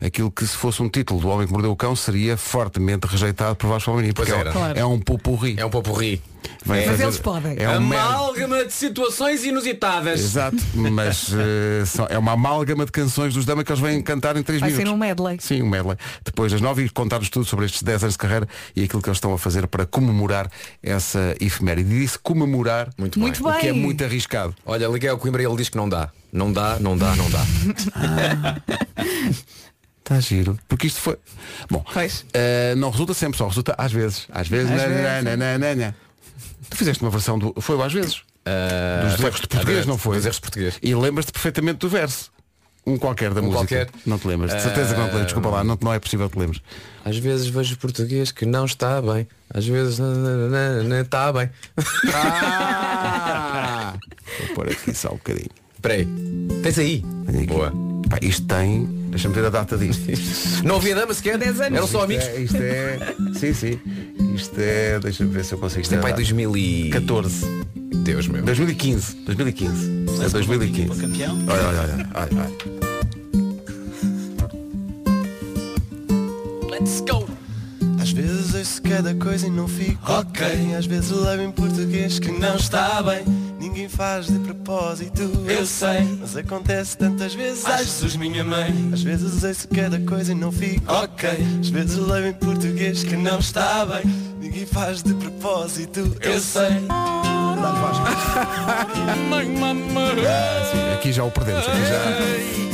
[SPEAKER 2] Aquilo que se fosse um título do Homem que Mordeu o Cão seria fortemente rejeitado por Vasco Almeida. Porque
[SPEAKER 5] Pois
[SPEAKER 2] é,
[SPEAKER 5] era.
[SPEAKER 2] um-
[SPEAKER 5] Claro.
[SPEAKER 2] é um popurri. É
[SPEAKER 5] um popurri.
[SPEAKER 4] Mas eles podem.
[SPEAKER 2] É um mero-
[SPEAKER 5] Amálgama de situações inusitadas.
[SPEAKER 2] Exato, mas eh, são- é uma amálgama de canções dos Dama que eles vêm cantar em 3
[SPEAKER 4] Vai
[SPEAKER 2] minutos.
[SPEAKER 4] ser um medley.
[SPEAKER 2] Sim, um medley. Depois das 9 e contar-nos tudo sobre estes 10 anos de carreira e aquilo que eles estão a fazer para comemorar essa efeméride. E disse comemorar, muito
[SPEAKER 4] Muito bem.
[SPEAKER 2] o que é muito arriscado.
[SPEAKER 5] Olha, liguei ao Coimbra e ele diz que não dá. Não dá, não dá, não dá.
[SPEAKER 2] Está Tá giro. Porque isto foi. Bom, eh, não resulta sempre, só resulta às vezes. Às vezes.
[SPEAKER 5] Às
[SPEAKER 2] na- na-
[SPEAKER 5] vezes.
[SPEAKER 2] na- na- na- na. Tu fizeste uma versão do. Foi o às vezes. <laughs> dos
[SPEAKER 5] foi-
[SPEAKER 2] erros de português,
[SPEAKER 5] adorante,
[SPEAKER 2] não foi?
[SPEAKER 5] Ah, dos erros de português.
[SPEAKER 2] E lembras-te perfeitamente do verso. Um qualquer da
[SPEAKER 5] Um
[SPEAKER 2] música.
[SPEAKER 5] qualquer. Eh,
[SPEAKER 2] Não te lembras. De certeza que não te lembras. Desculpa lá, não, não é possível que te lembres.
[SPEAKER 5] Às vezes vejo português que não está bem. Às vezes não está bem. <laughs> Ah!
[SPEAKER 2] Vou pôr aqui só um bocadinho.
[SPEAKER 5] Espera aí. Tens aí? Boa.
[SPEAKER 2] Pá, isto tem. Deixa-me ver a data disto.
[SPEAKER 5] Não havia dama sequer? Eram só amigos?
[SPEAKER 2] É, isto é. Sim, sim. Isto é. Deixa-me ver se eu consigo.
[SPEAKER 5] Isto é
[SPEAKER 2] ter a
[SPEAKER 5] pai
[SPEAKER 2] data.
[SPEAKER 5] 2014. Deus meu.
[SPEAKER 2] 2015. 2015. É 2015. Olha, olha, olha. olha, olha.
[SPEAKER 12] Let's go! Às vezes ouço cada coisa e não fico ok. Às vezes levo em português que não está bem. Ninguém faz de propósito, eu sei. Mas acontece tantas vezes. Ai, Jesus, minha mãe. Às vezes ouço cada coisa e não fico ok. Às vezes levo em português que não está bem. Ninguém faz de propósito, eu sei. Mãe, mamãe.
[SPEAKER 2] Aqui já o perdemos. Aqui já,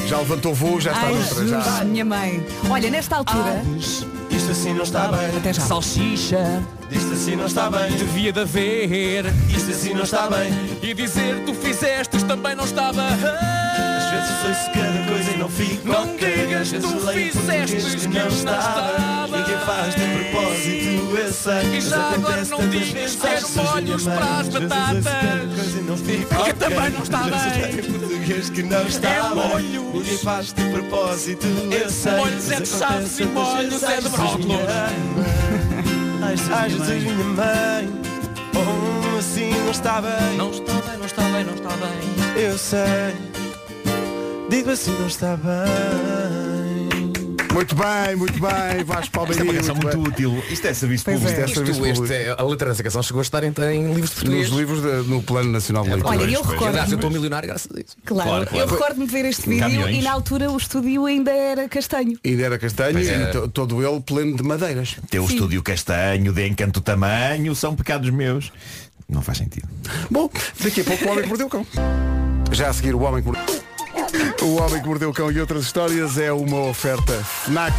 [SPEAKER 2] já levantou voo, já está
[SPEAKER 4] Ai,
[SPEAKER 2] no
[SPEAKER 4] Jesus,
[SPEAKER 2] já.
[SPEAKER 4] minha mãe. Olha, nesta altura.
[SPEAKER 12] Isto assim não está bem.
[SPEAKER 4] Até já.
[SPEAKER 12] Salsicha. Isto assim não está bem. Devia de haver. Isto assim não está bem. E dizer tu fizeste também não estava. Às vezes ouço cada coisa e não fico. Não digas tu fizeste não está. bem. Ninguém faz de propósito, eu sei. E já agora não digas ter molhos para as batatas. Porque também não está bem. Português que não está é molhos. Ninguém faz de propósito, eu sei. Molhos é de chaves e molhos é de brócolos. Ai, Jesus, minha mãe Oh, assim não está bem Não está bem, não está bem, não está bem Eu sei Digo assim não está bem
[SPEAKER 2] Muito bem, muito bem. Vasco
[SPEAKER 14] Isto é
[SPEAKER 2] Palmeirinho.
[SPEAKER 14] uma canção muito, útil. Isto é serviço público.
[SPEAKER 2] Isto é
[SPEAKER 5] Isto,
[SPEAKER 2] serviço
[SPEAKER 5] este,
[SPEAKER 2] público.
[SPEAKER 5] é- a letra dessa canção chegou a estar em, em livros de
[SPEAKER 2] Nos
[SPEAKER 5] português.
[SPEAKER 2] livros da- no Plano Nacional de Leitura.
[SPEAKER 4] Olha, eu recordo-
[SPEAKER 5] Aliás, eu estou milionário graças a isso.
[SPEAKER 4] Claro, eu recordo-me de ver este vídeo
[SPEAKER 2] Caminhões.
[SPEAKER 4] e na altura o estúdio ainda era castanho.
[SPEAKER 2] E era castanho
[SPEAKER 14] Pois
[SPEAKER 2] e
[SPEAKER 14] é.
[SPEAKER 2] to- todo ele pleno de madeiras.
[SPEAKER 14] Teu
[SPEAKER 4] Sim.
[SPEAKER 14] estúdio castanho, de encanto tamanho, são pecados meus. Não faz sentido.
[SPEAKER 2] Bom, daqui a pouco o homem que mordeu o cão. Já a seguir o homem que mordeu. O homem que mordeu o cão e outras histórias é uma oferta FNAC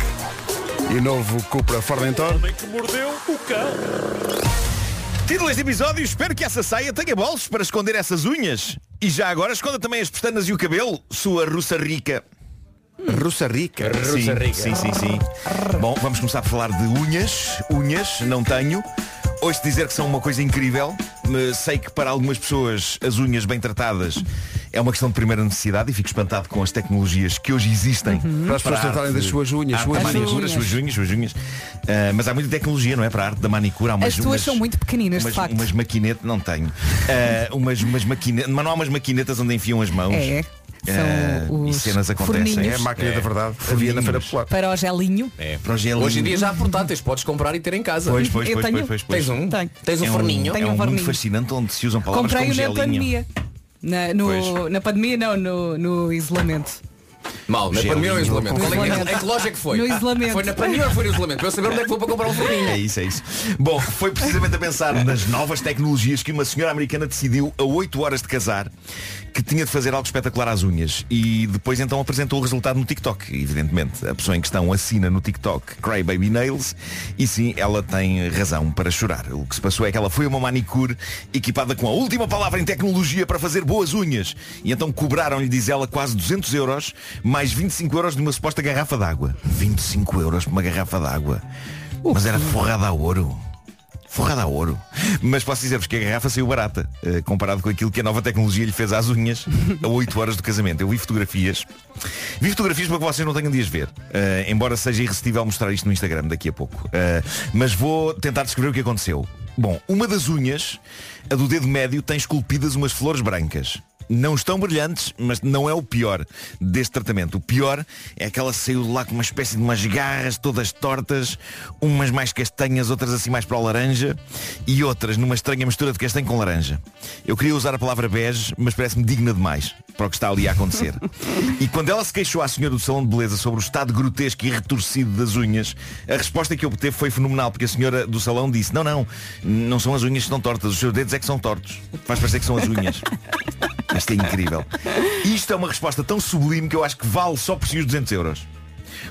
[SPEAKER 2] e novo Cupra Formentor.
[SPEAKER 14] que mordeu o cão. Título deste episódio, espero que essa saia tenha bolsos para esconder essas unhas. E já agora esconda também as pestanas e o cabelo, sua russa rica.
[SPEAKER 2] Russa rica.
[SPEAKER 14] Sim, Sim, sim, sim. Bom, vamos começar por falar de unhas. Unhas, não tenho. Hoje dizer que são uma coisa incrível. mas Sei que para algumas pessoas as unhas bem tratadas é uma questão de primeira necessidade e fico espantado com as tecnologias que hoje existem.
[SPEAKER 5] Uhum.
[SPEAKER 2] Para as pessoas
[SPEAKER 14] a
[SPEAKER 2] tratarem
[SPEAKER 14] arte
[SPEAKER 2] das suas unhas,
[SPEAKER 14] a
[SPEAKER 5] Ah,
[SPEAKER 2] suas
[SPEAKER 14] arte da
[SPEAKER 2] unhas.
[SPEAKER 14] manicura, suas unhas, suas unhas. Ah, mas há muita tecnologia, não é? Para a arte da manicura. Há umas
[SPEAKER 4] As tuas
[SPEAKER 14] umas-
[SPEAKER 4] são muito pequeninas,
[SPEAKER 14] umas,
[SPEAKER 4] de facto.
[SPEAKER 14] Umas maquinetas, não tenho. Ah, umas, umas maquinetas, mas não há umas maquinetas onde enfiam as mãos.
[SPEAKER 4] É. São
[SPEAKER 14] Ah, e
[SPEAKER 4] os
[SPEAKER 14] cenas acontecem.
[SPEAKER 4] forninhos. É a
[SPEAKER 2] máquina da verdade.
[SPEAKER 14] Havia na feira
[SPEAKER 2] popular.
[SPEAKER 4] Para o gelinho.
[SPEAKER 14] É, para o gelinho.
[SPEAKER 5] Hoje em dia já há portáteis, podes comprar e ter em casa.
[SPEAKER 14] Pois, pois,
[SPEAKER 4] Eu
[SPEAKER 14] pois,
[SPEAKER 4] tenho.
[SPEAKER 14] pois, pois, pois.
[SPEAKER 5] Tens um?
[SPEAKER 4] Tenho.
[SPEAKER 5] Tens um
[SPEAKER 14] é
[SPEAKER 5] forninho?
[SPEAKER 14] É
[SPEAKER 4] Tenho um
[SPEAKER 14] um mundo
[SPEAKER 4] forninho.
[SPEAKER 14] fascinante onde se usam palavras
[SPEAKER 4] Comprei-o
[SPEAKER 14] como
[SPEAKER 4] na
[SPEAKER 14] gelinho.
[SPEAKER 4] pandemia. Na- no,
[SPEAKER 14] Pois.
[SPEAKER 4] na pandemia não, no, no isolamento.
[SPEAKER 5] Mal, na
[SPEAKER 14] Gelinho.
[SPEAKER 5] pandemia ou em isolamento?
[SPEAKER 14] No
[SPEAKER 5] Qual é que-
[SPEAKER 14] isolamento.
[SPEAKER 5] Em que loja é que foi?
[SPEAKER 4] No isolamento.
[SPEAKER 5] Foi na pandemia ou foi no isolamento? Para eu saber onde é que vou para comprar um forninho.
[SPEAKER 14] É isso, é isso. Bom, foi precisamente a pensar nas novas tecnologias que uma senhora americana decidiu a 8 horas de casar que tinha de fazer algo espetacular às unhas e depois então apresentou o resultado no TikTok. Evidentemente, a pessoa em questão assina no TikTok Cry Baby Nails e sim, ela tem razão para chorar. O que se passou é que ela foi a uma manicure equipada com a última palavra em tecnologia para fazer boas unhas e então cobraram-lhe, diz ela, quase 200 euros mais mais 25 euros de uma suposta garrafa d'água. 25 euros por uma garrafa d'água. Mas era forrada a ouro. Forrada a ouro. Mas posso dizer-vos que a garrafa saiu barata, eh, comparado com aquilo que a nova tecnologia lhe fez às unhas a 8 horas do casamento. Eu vi fotografias. Vi fotografias para que vocês não tenham dias de ver. Eh, embora seja irresistível mostrar isto no Instagram daqui a pouco. Eh, mas vou tentar descrever o que aconteceu. Bom, uma das unhas, a do dedo médio, tem esculpidas umas flores brancas. Não estão brilhantes, mas não é o pior deste tratamento. O pior é que ela saiu de lá com uma espécie de umas garras todas tortas, umas mais castanhas, outras assim mais para o laranja e outras numa estranha mistura de castanho com laranja. Eu queria usar a palavra bege, mas parece-me digna demais para o que está ali a acontecer. e quando ela se queixou à senhora do salão de beleza sobre o estado grotesco e retorcido das unhas, a resposta que obteve foi fenomenal, porque a senhora do salão disse, não, não, não são as unhas que estão tortas, os seus dedos é que são tortos. Faz parecer que são as unhas. Isto é incrível. Isto é uma resposta tão sublime que eu acho que vale só por si os 200 euros.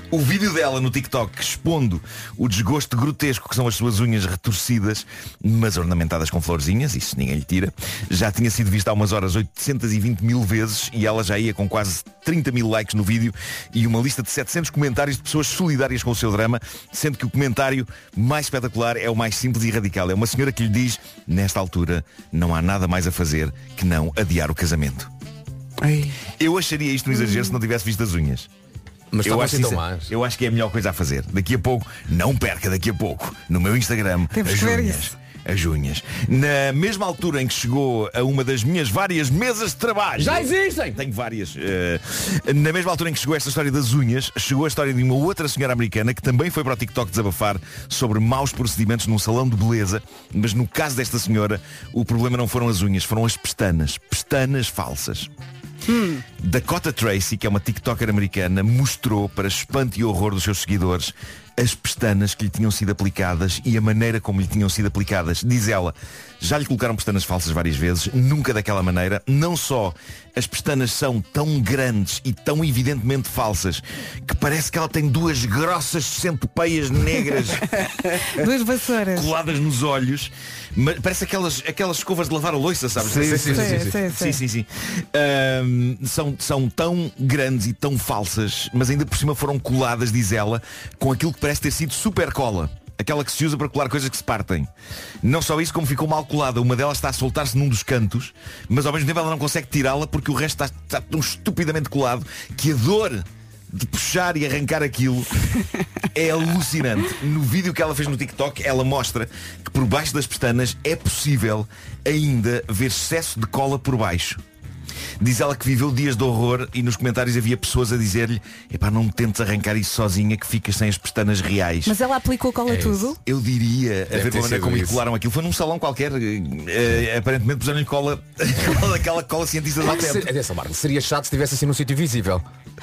[SPEAKER 14] O vídeo dela no TikTok expondo o desgosto grotesco que são as suas unhas retorcidas, mas ornamentadas com florzinhas, isso ninguém lhe tira, já tinha sido vista há umas horas 820 mil vezes e ela já ia com quase 30 mil likes no vídeo e uma lista de 700 comentários de pessoas solidárias com o seu drama, sendo que o comentário mais espetacular é o mais simples e radical. É uma senhora que lhe diz, nesta altura, não há nada mais a fazer que não adiar o casamento. Eu acharia isto um exagero se não tivesse visto as unhas.
[SPEAKER 5] Mas
[SPEAKER 14] eu
[SPEAKER 5] estavam
[SPEAKER 14] acho,
[SPEAKER 5] assim
[SPEAKER 14] isso-
[SPEAKER 5] tão más.
[SPEAKER 14] eu acho que é a melhor coisa a fazer. Daqui a pouco, não perca daqui a pouco, no meu Instagram,
[SPEAKER 12] Temos
[SPEAKER 14] as
[SPEAKER 12] que ver
[SPEAKER 14] unhas.
[SPEAKER 12] isso.
[SPEAKER 14] As unhas. Na mesma altura em que chegou a uma das minhas várias mesas de trabalho.
[SPEAKER 12] Já existem!
[SPEAKER 14] Tenho várias. eh, na mesma altura em que chegou esta história das unhas, chegou a história de uma outra senhora americana que também foi para o TikTok desabafar sobre maus procedimentos num salão de beleza. Mas no caso desta senhora, o problema não foram as unhas, foram as pestanas. Pestanas falsas. Dakota Tracy, que é uma TikToker americana, mostrou para espanto e horror dos seus seguidores as pestanas que lhe tinham sido aplicadas e a maneira como lhe tinham sido aplicadas. Diz ela, já lhe colocaram pestanas falsas várias vezes, nunca daquela maneira. Não só as pestanas são tão grandes e tão evidentemente falsas que parece que ela tem duas grossas centopeias negras
[SPEAKER 4] Duas vassouras.
[SPEAKER 14] <laughs> coladas nos olhos, mas parece aquelas, aquelas escovas de lavar a louça, sabes?
[SPEAKER 4] Sim, sim, sim, sim, sim.
[SPEAKER 14] Sim, sim, sim. Ahm, são, são tão grandes e tão falsas, mas ainda por cima foram coladas, diz ela, com aquilo que parece ter sido super cola. Aquela que se usa para colar coisas que se partem. Não só isso, como ficou mal colada. Uma delas está a soltar-se num dos cantos, mas ao mesmo tempo ela não consegue tirá-la porque o resto está, está tão estupidamente colado que a dor de puxar e arrancar aquilo é alucinante. No vídeo que ela fez no TikTok, ela mostra que por baixo das pestanas é possível ainda ver excesso de cola por baixo. Diz ela que viveu dias de horror e nos comentários havia pessoas a dizer-lhe Epá, não me tentes arrancar isso sozinha que ficas sem as pestanas reais.
[SPEAKER 4] Mas ela aplicou
[SPEAKER 14] É
[SPEAKER 4] cola tudo?
[SPEAKER 14] Eu diria, a
[SPEAKER 5] Deve
[SPEAKER 14] ver
[SPEAKER 5] ter
[SPEAKER 14] pela maneira
[SPEAKER 5] sido
[SPEAKER 14] como lhe
[SPEAKER 5] isso.
[SPEAKER 14] colaram aquilo. Foi num salão qualquer, eh, eh, aparentemente puseram-lhe cola, <laughs> aquela cola cientista lá
[SPEAKER 5] Marco,
[SPEAKER 14] dentro.
[SPEAKER 5] ser- Atenção, Marco, seria chato se estivesse assim num sítio visível.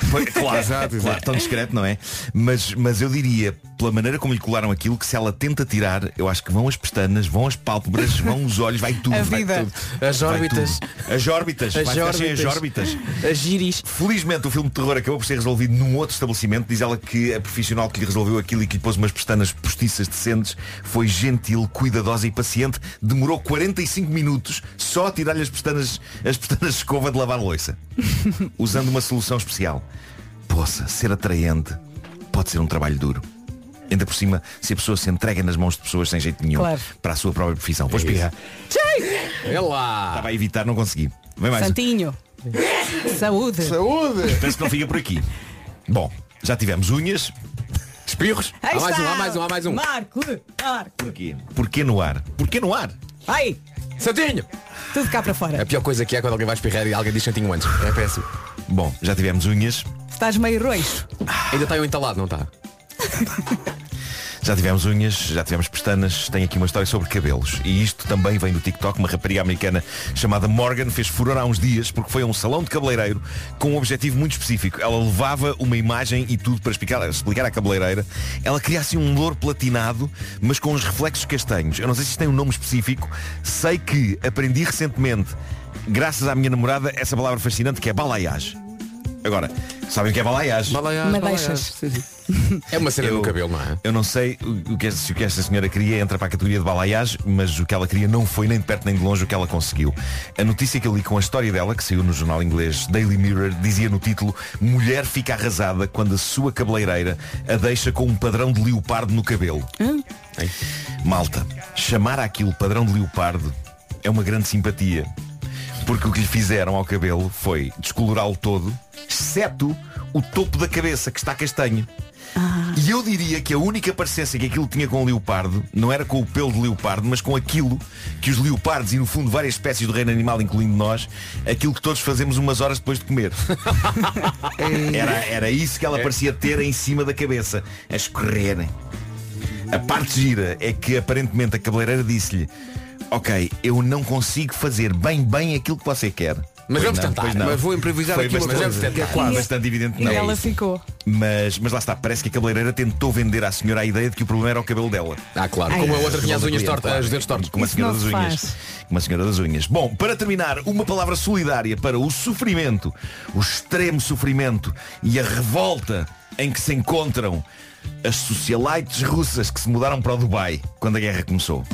[SPEAKER 14] Foi- claro, claro, tão discreto, não é? Mas, mas eu diria, pela maneira como lhe colaram aquilo, que se ela tenta tirar, eu acho que vão as pestanas, vão as pálpebras, vão os olhos, vai tudo.
[SPEAKER 5] A
[SPEAKER 14] vai
[SPEAKER 5] vida.
[SPEAKER 14] tudo.
[SPEAKER 5] As
[SPEAKER 14] Vai
[SPEAKER 5] órbitas.
[SPEAKER 14] tudo. As órbitas.
[SPEAKER 5] As
[SPEAKER 14] Vai ficar sem As
[SPEAKER 5] órbitas.
[SPEAKER 14] órbitas. As giris. Felizmente o filme de terror acabou por ser resolvido num outro estabelecimento. Diz ela que a profissional que lhe resolveu aquilo e que lhe pôs umas pestanas postiças decentes foi gentil, cuidadosa e paciente. Demorou 45 minutos só a tirar-lhe as pestanas, as pestanas de escova de lavar louça. Usando uma solução especial. Possa ser atraente. Pode ser um trabalho duro. Ainda por cima, se a pessoa se entrega nas mãos de pessoas sem jeito nenhum
[SPEAKER 5] Claro.
[SPEAKER 14] para a sua própria profissão. Vou espirrar.
[SPEAKER 5] É lá.
[SPEAKER 14] Estava a evitar, não consegui. Vem mais. um.
[SPEAKER 4] Santinho. Saúde.
[SPEAKER 2] Saúde.
[SPEAKER 14] Penso que não fica por aqui. Bom, já tivemos unhas, espirros.
[SPEAKER 15] Aí
[SPEAKER 14] há mais
[SPEAKER 15] está.
[SPEAKER 14] um, há mais um, há mais um.
[SPEAKER 15] Marco, Marco.
[SPEAKER 14] Porquê? Porquê no ar? Porquê no ar?
[SPEAKER 15] Ai!
[SPEAKER 5] Santinho!
[SPEAKER 15] Tudo cá para fora.
[SPEAKER 5] A pior coisa que é quando alguém vai espirrar e alguém diz santinho antes. É péssimo.
[SPEAKER 14] Bom, já tivemos unhas.
[SPEAKER 4] Estás meio roxo.
[SPEAKER 5] Ainda está eu entalado, não está?
[SPEAKER 14] Já tivemos unhas, já tivemos pestanas, tem aqui uma história sobre cabelos. E isto também vem do TikTok. Uma rapariga americana chamada Morgan fez furor há uns dias porque foi a um salão de cabeleireiro com um objetivo muito específico. Ela levava uma imagem e tudo para explicar, explicar à cabeleireira. Ela queria assim um louro platinado, mas com os reflexos castanhos. Eu não sei se isto tem um nome específico. Sei que aprendi recentemente, graças à minha namorada, essa palavra fascinante que é balayage. Agora, sabem o que é balaiagem?
[SPEAKER 5] Balaiagem, Madeixas. É uma cena no cabelo, não é?
[SPEAKER 14] Eu não sei o o que, é- se o que esta senhora queria entra para a categoria de balaiagem, mas o que ela queria não foi nem de perto nem de longe o que ela conseguiu. A notícia que eu li com a história dela, que saiu no jornal inglês Daily Mirror, dizia no título Mulher fica arrasada quando a sua cabeleireira a deixa com um padrão de leopardo no cabelo. Hein? Malta, chamar aquilo padrão de leopardo é uma grande simpatia. Porque o que lhe fizeram ao cabelo foi descolorá-lo todo, exceto o topo da cabeça, que está castanho. E eu diria que a única parecência que aquilo tinha com o leopardo não era com o pelo de leopardo, mas com aquilo que os leopardos e no fundo várias espécies do reino animal, incluindo nós, aquilo que todos fazemos umas horas depois de comer. Era, era isso que
[SPEAKER 5] É.
[SPEAKER 14] ela parecia ter em cima da cabeça, a escorrerem. A parte gira é que aparentemente a cabeleireira disse-lhe Ok, eu não consigo fazer bem bem aquilo que você quer.
[SPEAKER 5] Mas
[SPEAKER 14] Pois
[SPEAKER 5] vamos
[SPEAKER 14] não,
[SPEAKER 5] tentar,
[SPEAKER 14] pois não.
[SPEAKER 5] mas vou improvisar
[SPEAKER 14] Foi
[SPEAKER 5] aqui uma
[SPEAKER 14] bastante,
[SPEAKER 5] coisa que é
[SPEAKER 14] é
[SPEAKER 5] quase.
[SPEAKER 14] bastante evidente
[SPEAKER 15] E
[SPEAKER 14] não.
[SPEAKER 15] ela ficou.
[SPEAKER 14] Mas, mas lá está, parece que a cabeleireira tentou vender à senhora a ideia de que o problema era o cabelo dela.
[SPEAKER 5] Ah, claro. Como a outra tinha as unhas tortas, os dedos tortos.
[SPEAKER 14] Como a
[SPEAKER 5] Isso
[SPEAKER 14] senhora
[SPEAKER 5] não
[SPEAKER 14] das
[SPEAKER 5] se
[SPEAKER 14] unhas.
[SPEAKER 5] faz.
[SPEAKER 14] Como a senhora das unhas. Bom, para terminar, uma palavra solidária para o sofrimento, o extremo sofrimento e a revolta em que se encontram as socialites russas que se mudaram para o Dubai quando a guerra começou.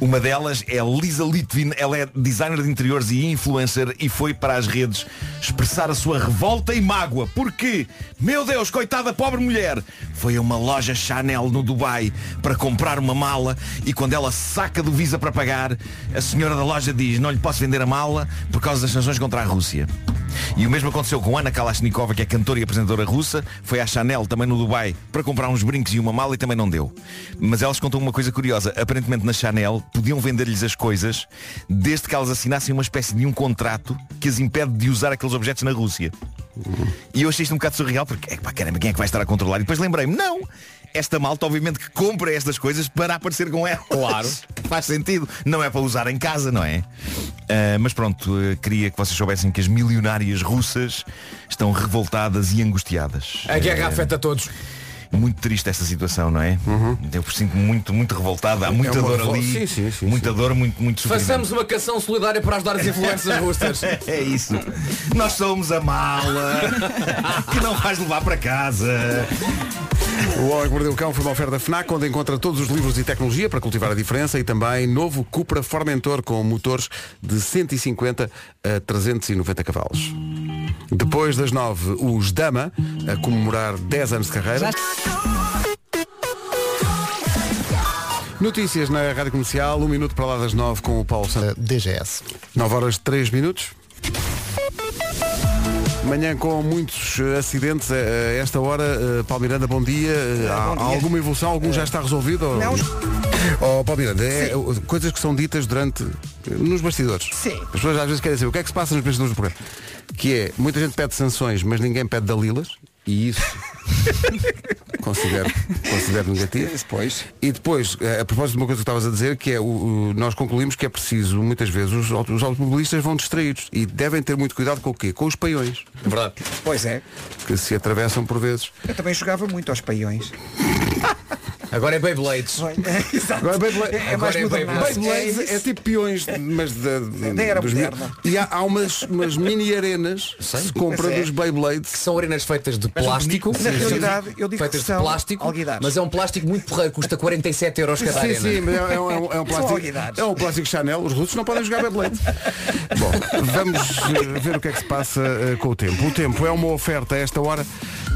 [SPEAKER 14] Uma delas é Lisa Litvin, ela é designer de interiores e influencer e foi para as redes expressar a sua revolta e mágoa. Porque, meu Deus, coitada pobre mulher, foi a uma loja Chanel no Dubai para comprar uma mala e quando ela saca do Visa para pagar, a senhora da loja diz não lhe posso vender a mala por causa das sanções contra a Rússia. E o mesmo aconteceu com Ana Kalashnikova, que é cantora e apresentadora russa, foi à Chanel, também no Dubai, para comprar uns brincos e uma mala e também não deu. Mas elas contam uma coisa curiosa. Aparentemente na Chanel podiam vender-lhes as coisas desde que elas assinassem uma espécie de um contrato que as impede de usar aqueles objetos na Rússia. E eu achei isto um bocado surreal porque, é pá, caramba, quem é que vai estar a controlar? E depois lembrei-me, não! Esta malta obviamente que compra estas coisas para aparecer com elas. Claro. <laughs> Faz sentido. Não é para usar em casa, não é? Ah, mas pronto, eh, queria que vocês soubessem que as milionárias russas estão revoltadas e angustiadas.
[SPEAKER 5] A guerra
[SPEAKER 14] Eh,
[SPEAKER 5] afeta todos.
[SPEAKER 14] Muito triste esta situação, não é? Eu sinto-me muito, muito revoltado. Há muita
[SPEAKER 5] Uhum. É uma
[SPEAKER 14] dor
[SPEAKER 5] revol-
[SPEAKER 14] ali.
[SPEAKER 5] Sim, sim, sim,
[SPEAKER 14] muita
[SPEAKER 5] sim.
[SPEAKER 14] dor, muito, muito sofrimento.
[SPEAKER 5] Façamos uma canção solidária para ajudar as
[SPEAKER 2] <laughs>
[SPEAKER 5] influências russas.
[SPEAKER 14] <laughs> É isso. Nós somos a
[SPEAKER 5] <laughs>
[SPEAKER 14] mala que não vais levar para casa.
[SPEAKER 2] O Homem que Mordeu o Cão foi uma oferta FNAC, onde encontra todos os livros e tecnologia para cultivar a diferença e também novo Cupra Formentor com motores de 150 a 390 cavalos. Depois das 9, os Dama, a comemorar 10 anos de carreira. Notícias na Rádio Comercial, um minuto para lá das 9 com o Paulo Santos.
[SPEAKER 13] DGS.
[SPEAKER 2] 9 horas 3 minutos. Manhã com muitos eh, acidentes, eh, a esta hora, eh, Paulo Miranda, bom dia. Eh, há, há alguma evolução? Algum já está resolvido? Ou...
[SPEAKER 3] Não.
[SPEAKER 2] Oh, Paulo Miranda, é, eh, coisas que são ditas durante. nos bastidores.
[SPEAKER 3] Sim.
[SPEAKER 2] As pessoas às vezes querem saber o que é que se passa nos bastidores do programa. Que é, muita gente pede sanções, mas ninguém pede Dalilas. E
[SPEAKER 3] <laughs>
[SPEAKER 2] isso. considero, considero negativo. Depois. E depois, eh, a propósito de uma coisa que estavas a dizer, que é o, o- nós concluímos que é preciso, muitas vezes, os, auto- os automobilistas vão distraídos e devem ter muito cuidado com o quê? Com os paiões.
[SPEAKER 5] É verdade.
[SPEAKER 3] Pois é.
[SPEAKER 2] Que se atravessam por vezes.
[SPEAKER 3] Eu também jogava muito aos paiões. <laughs>
[SPEAKER 5] Agora é Beyblades.
[SPEAKER 3] Exato.
[SPEAKER 2] Agora, Beyblade-
[SPEAKER 3] É, é mais
[SPEAKER 5] Agora é
[SPEAKER 3] moderno.
[SPEAKER 5] Beyblade.
[SPEAKER 2] Beyblades
[SPEAKER 3] É
[SPEAKER 2] é,
[SPEAKER 3] isso.
[SPEAKER 2] tipo peões, mas da,
[SPEAKER 4] <laughs>
[SPEAKER 3] Da era
[SPEAKER 2] dos mil-
[SPEAKER 3] moderna.
[SPEAKER 2] E há, há umas, umas mini <laughs> arenas que se compra
[SPEAKER 3] Mas é.
[SPEAKER 2] dos Beyblades.
[SPEAKER 5] Que são arenas feitas de
[SPEAKER 2] Mas o
[SPEAKER 5] plástico.
[SPEAKER 2] bonito- na
[SPEAKER 5] Sim.
[SPEAKER 2] realidade, eu digo
[SPEAKER 5] feitas de
[SPEAKER 2] que são
[SPEAKER 5] plástico.
[SPEAKER 2] alguidares.
[SPEAKER 5] Mas é um plástico muito porreiro, custa 47 euros cada
[SPEAKER 2] sim,
[SPEAKER 5] arena.
[SPEAKER 2] sim, mas é, é um, é
[SPEAKER 4] <laughs>
[SPEAKER 2] um- é um plástico. É um plástico Chanel, os russos não podem jogar Beyblade. <laughs> Bom, vamos eh, ver o que é que se passa eh, com o tempo. O tempo é uma oferta a esta hora.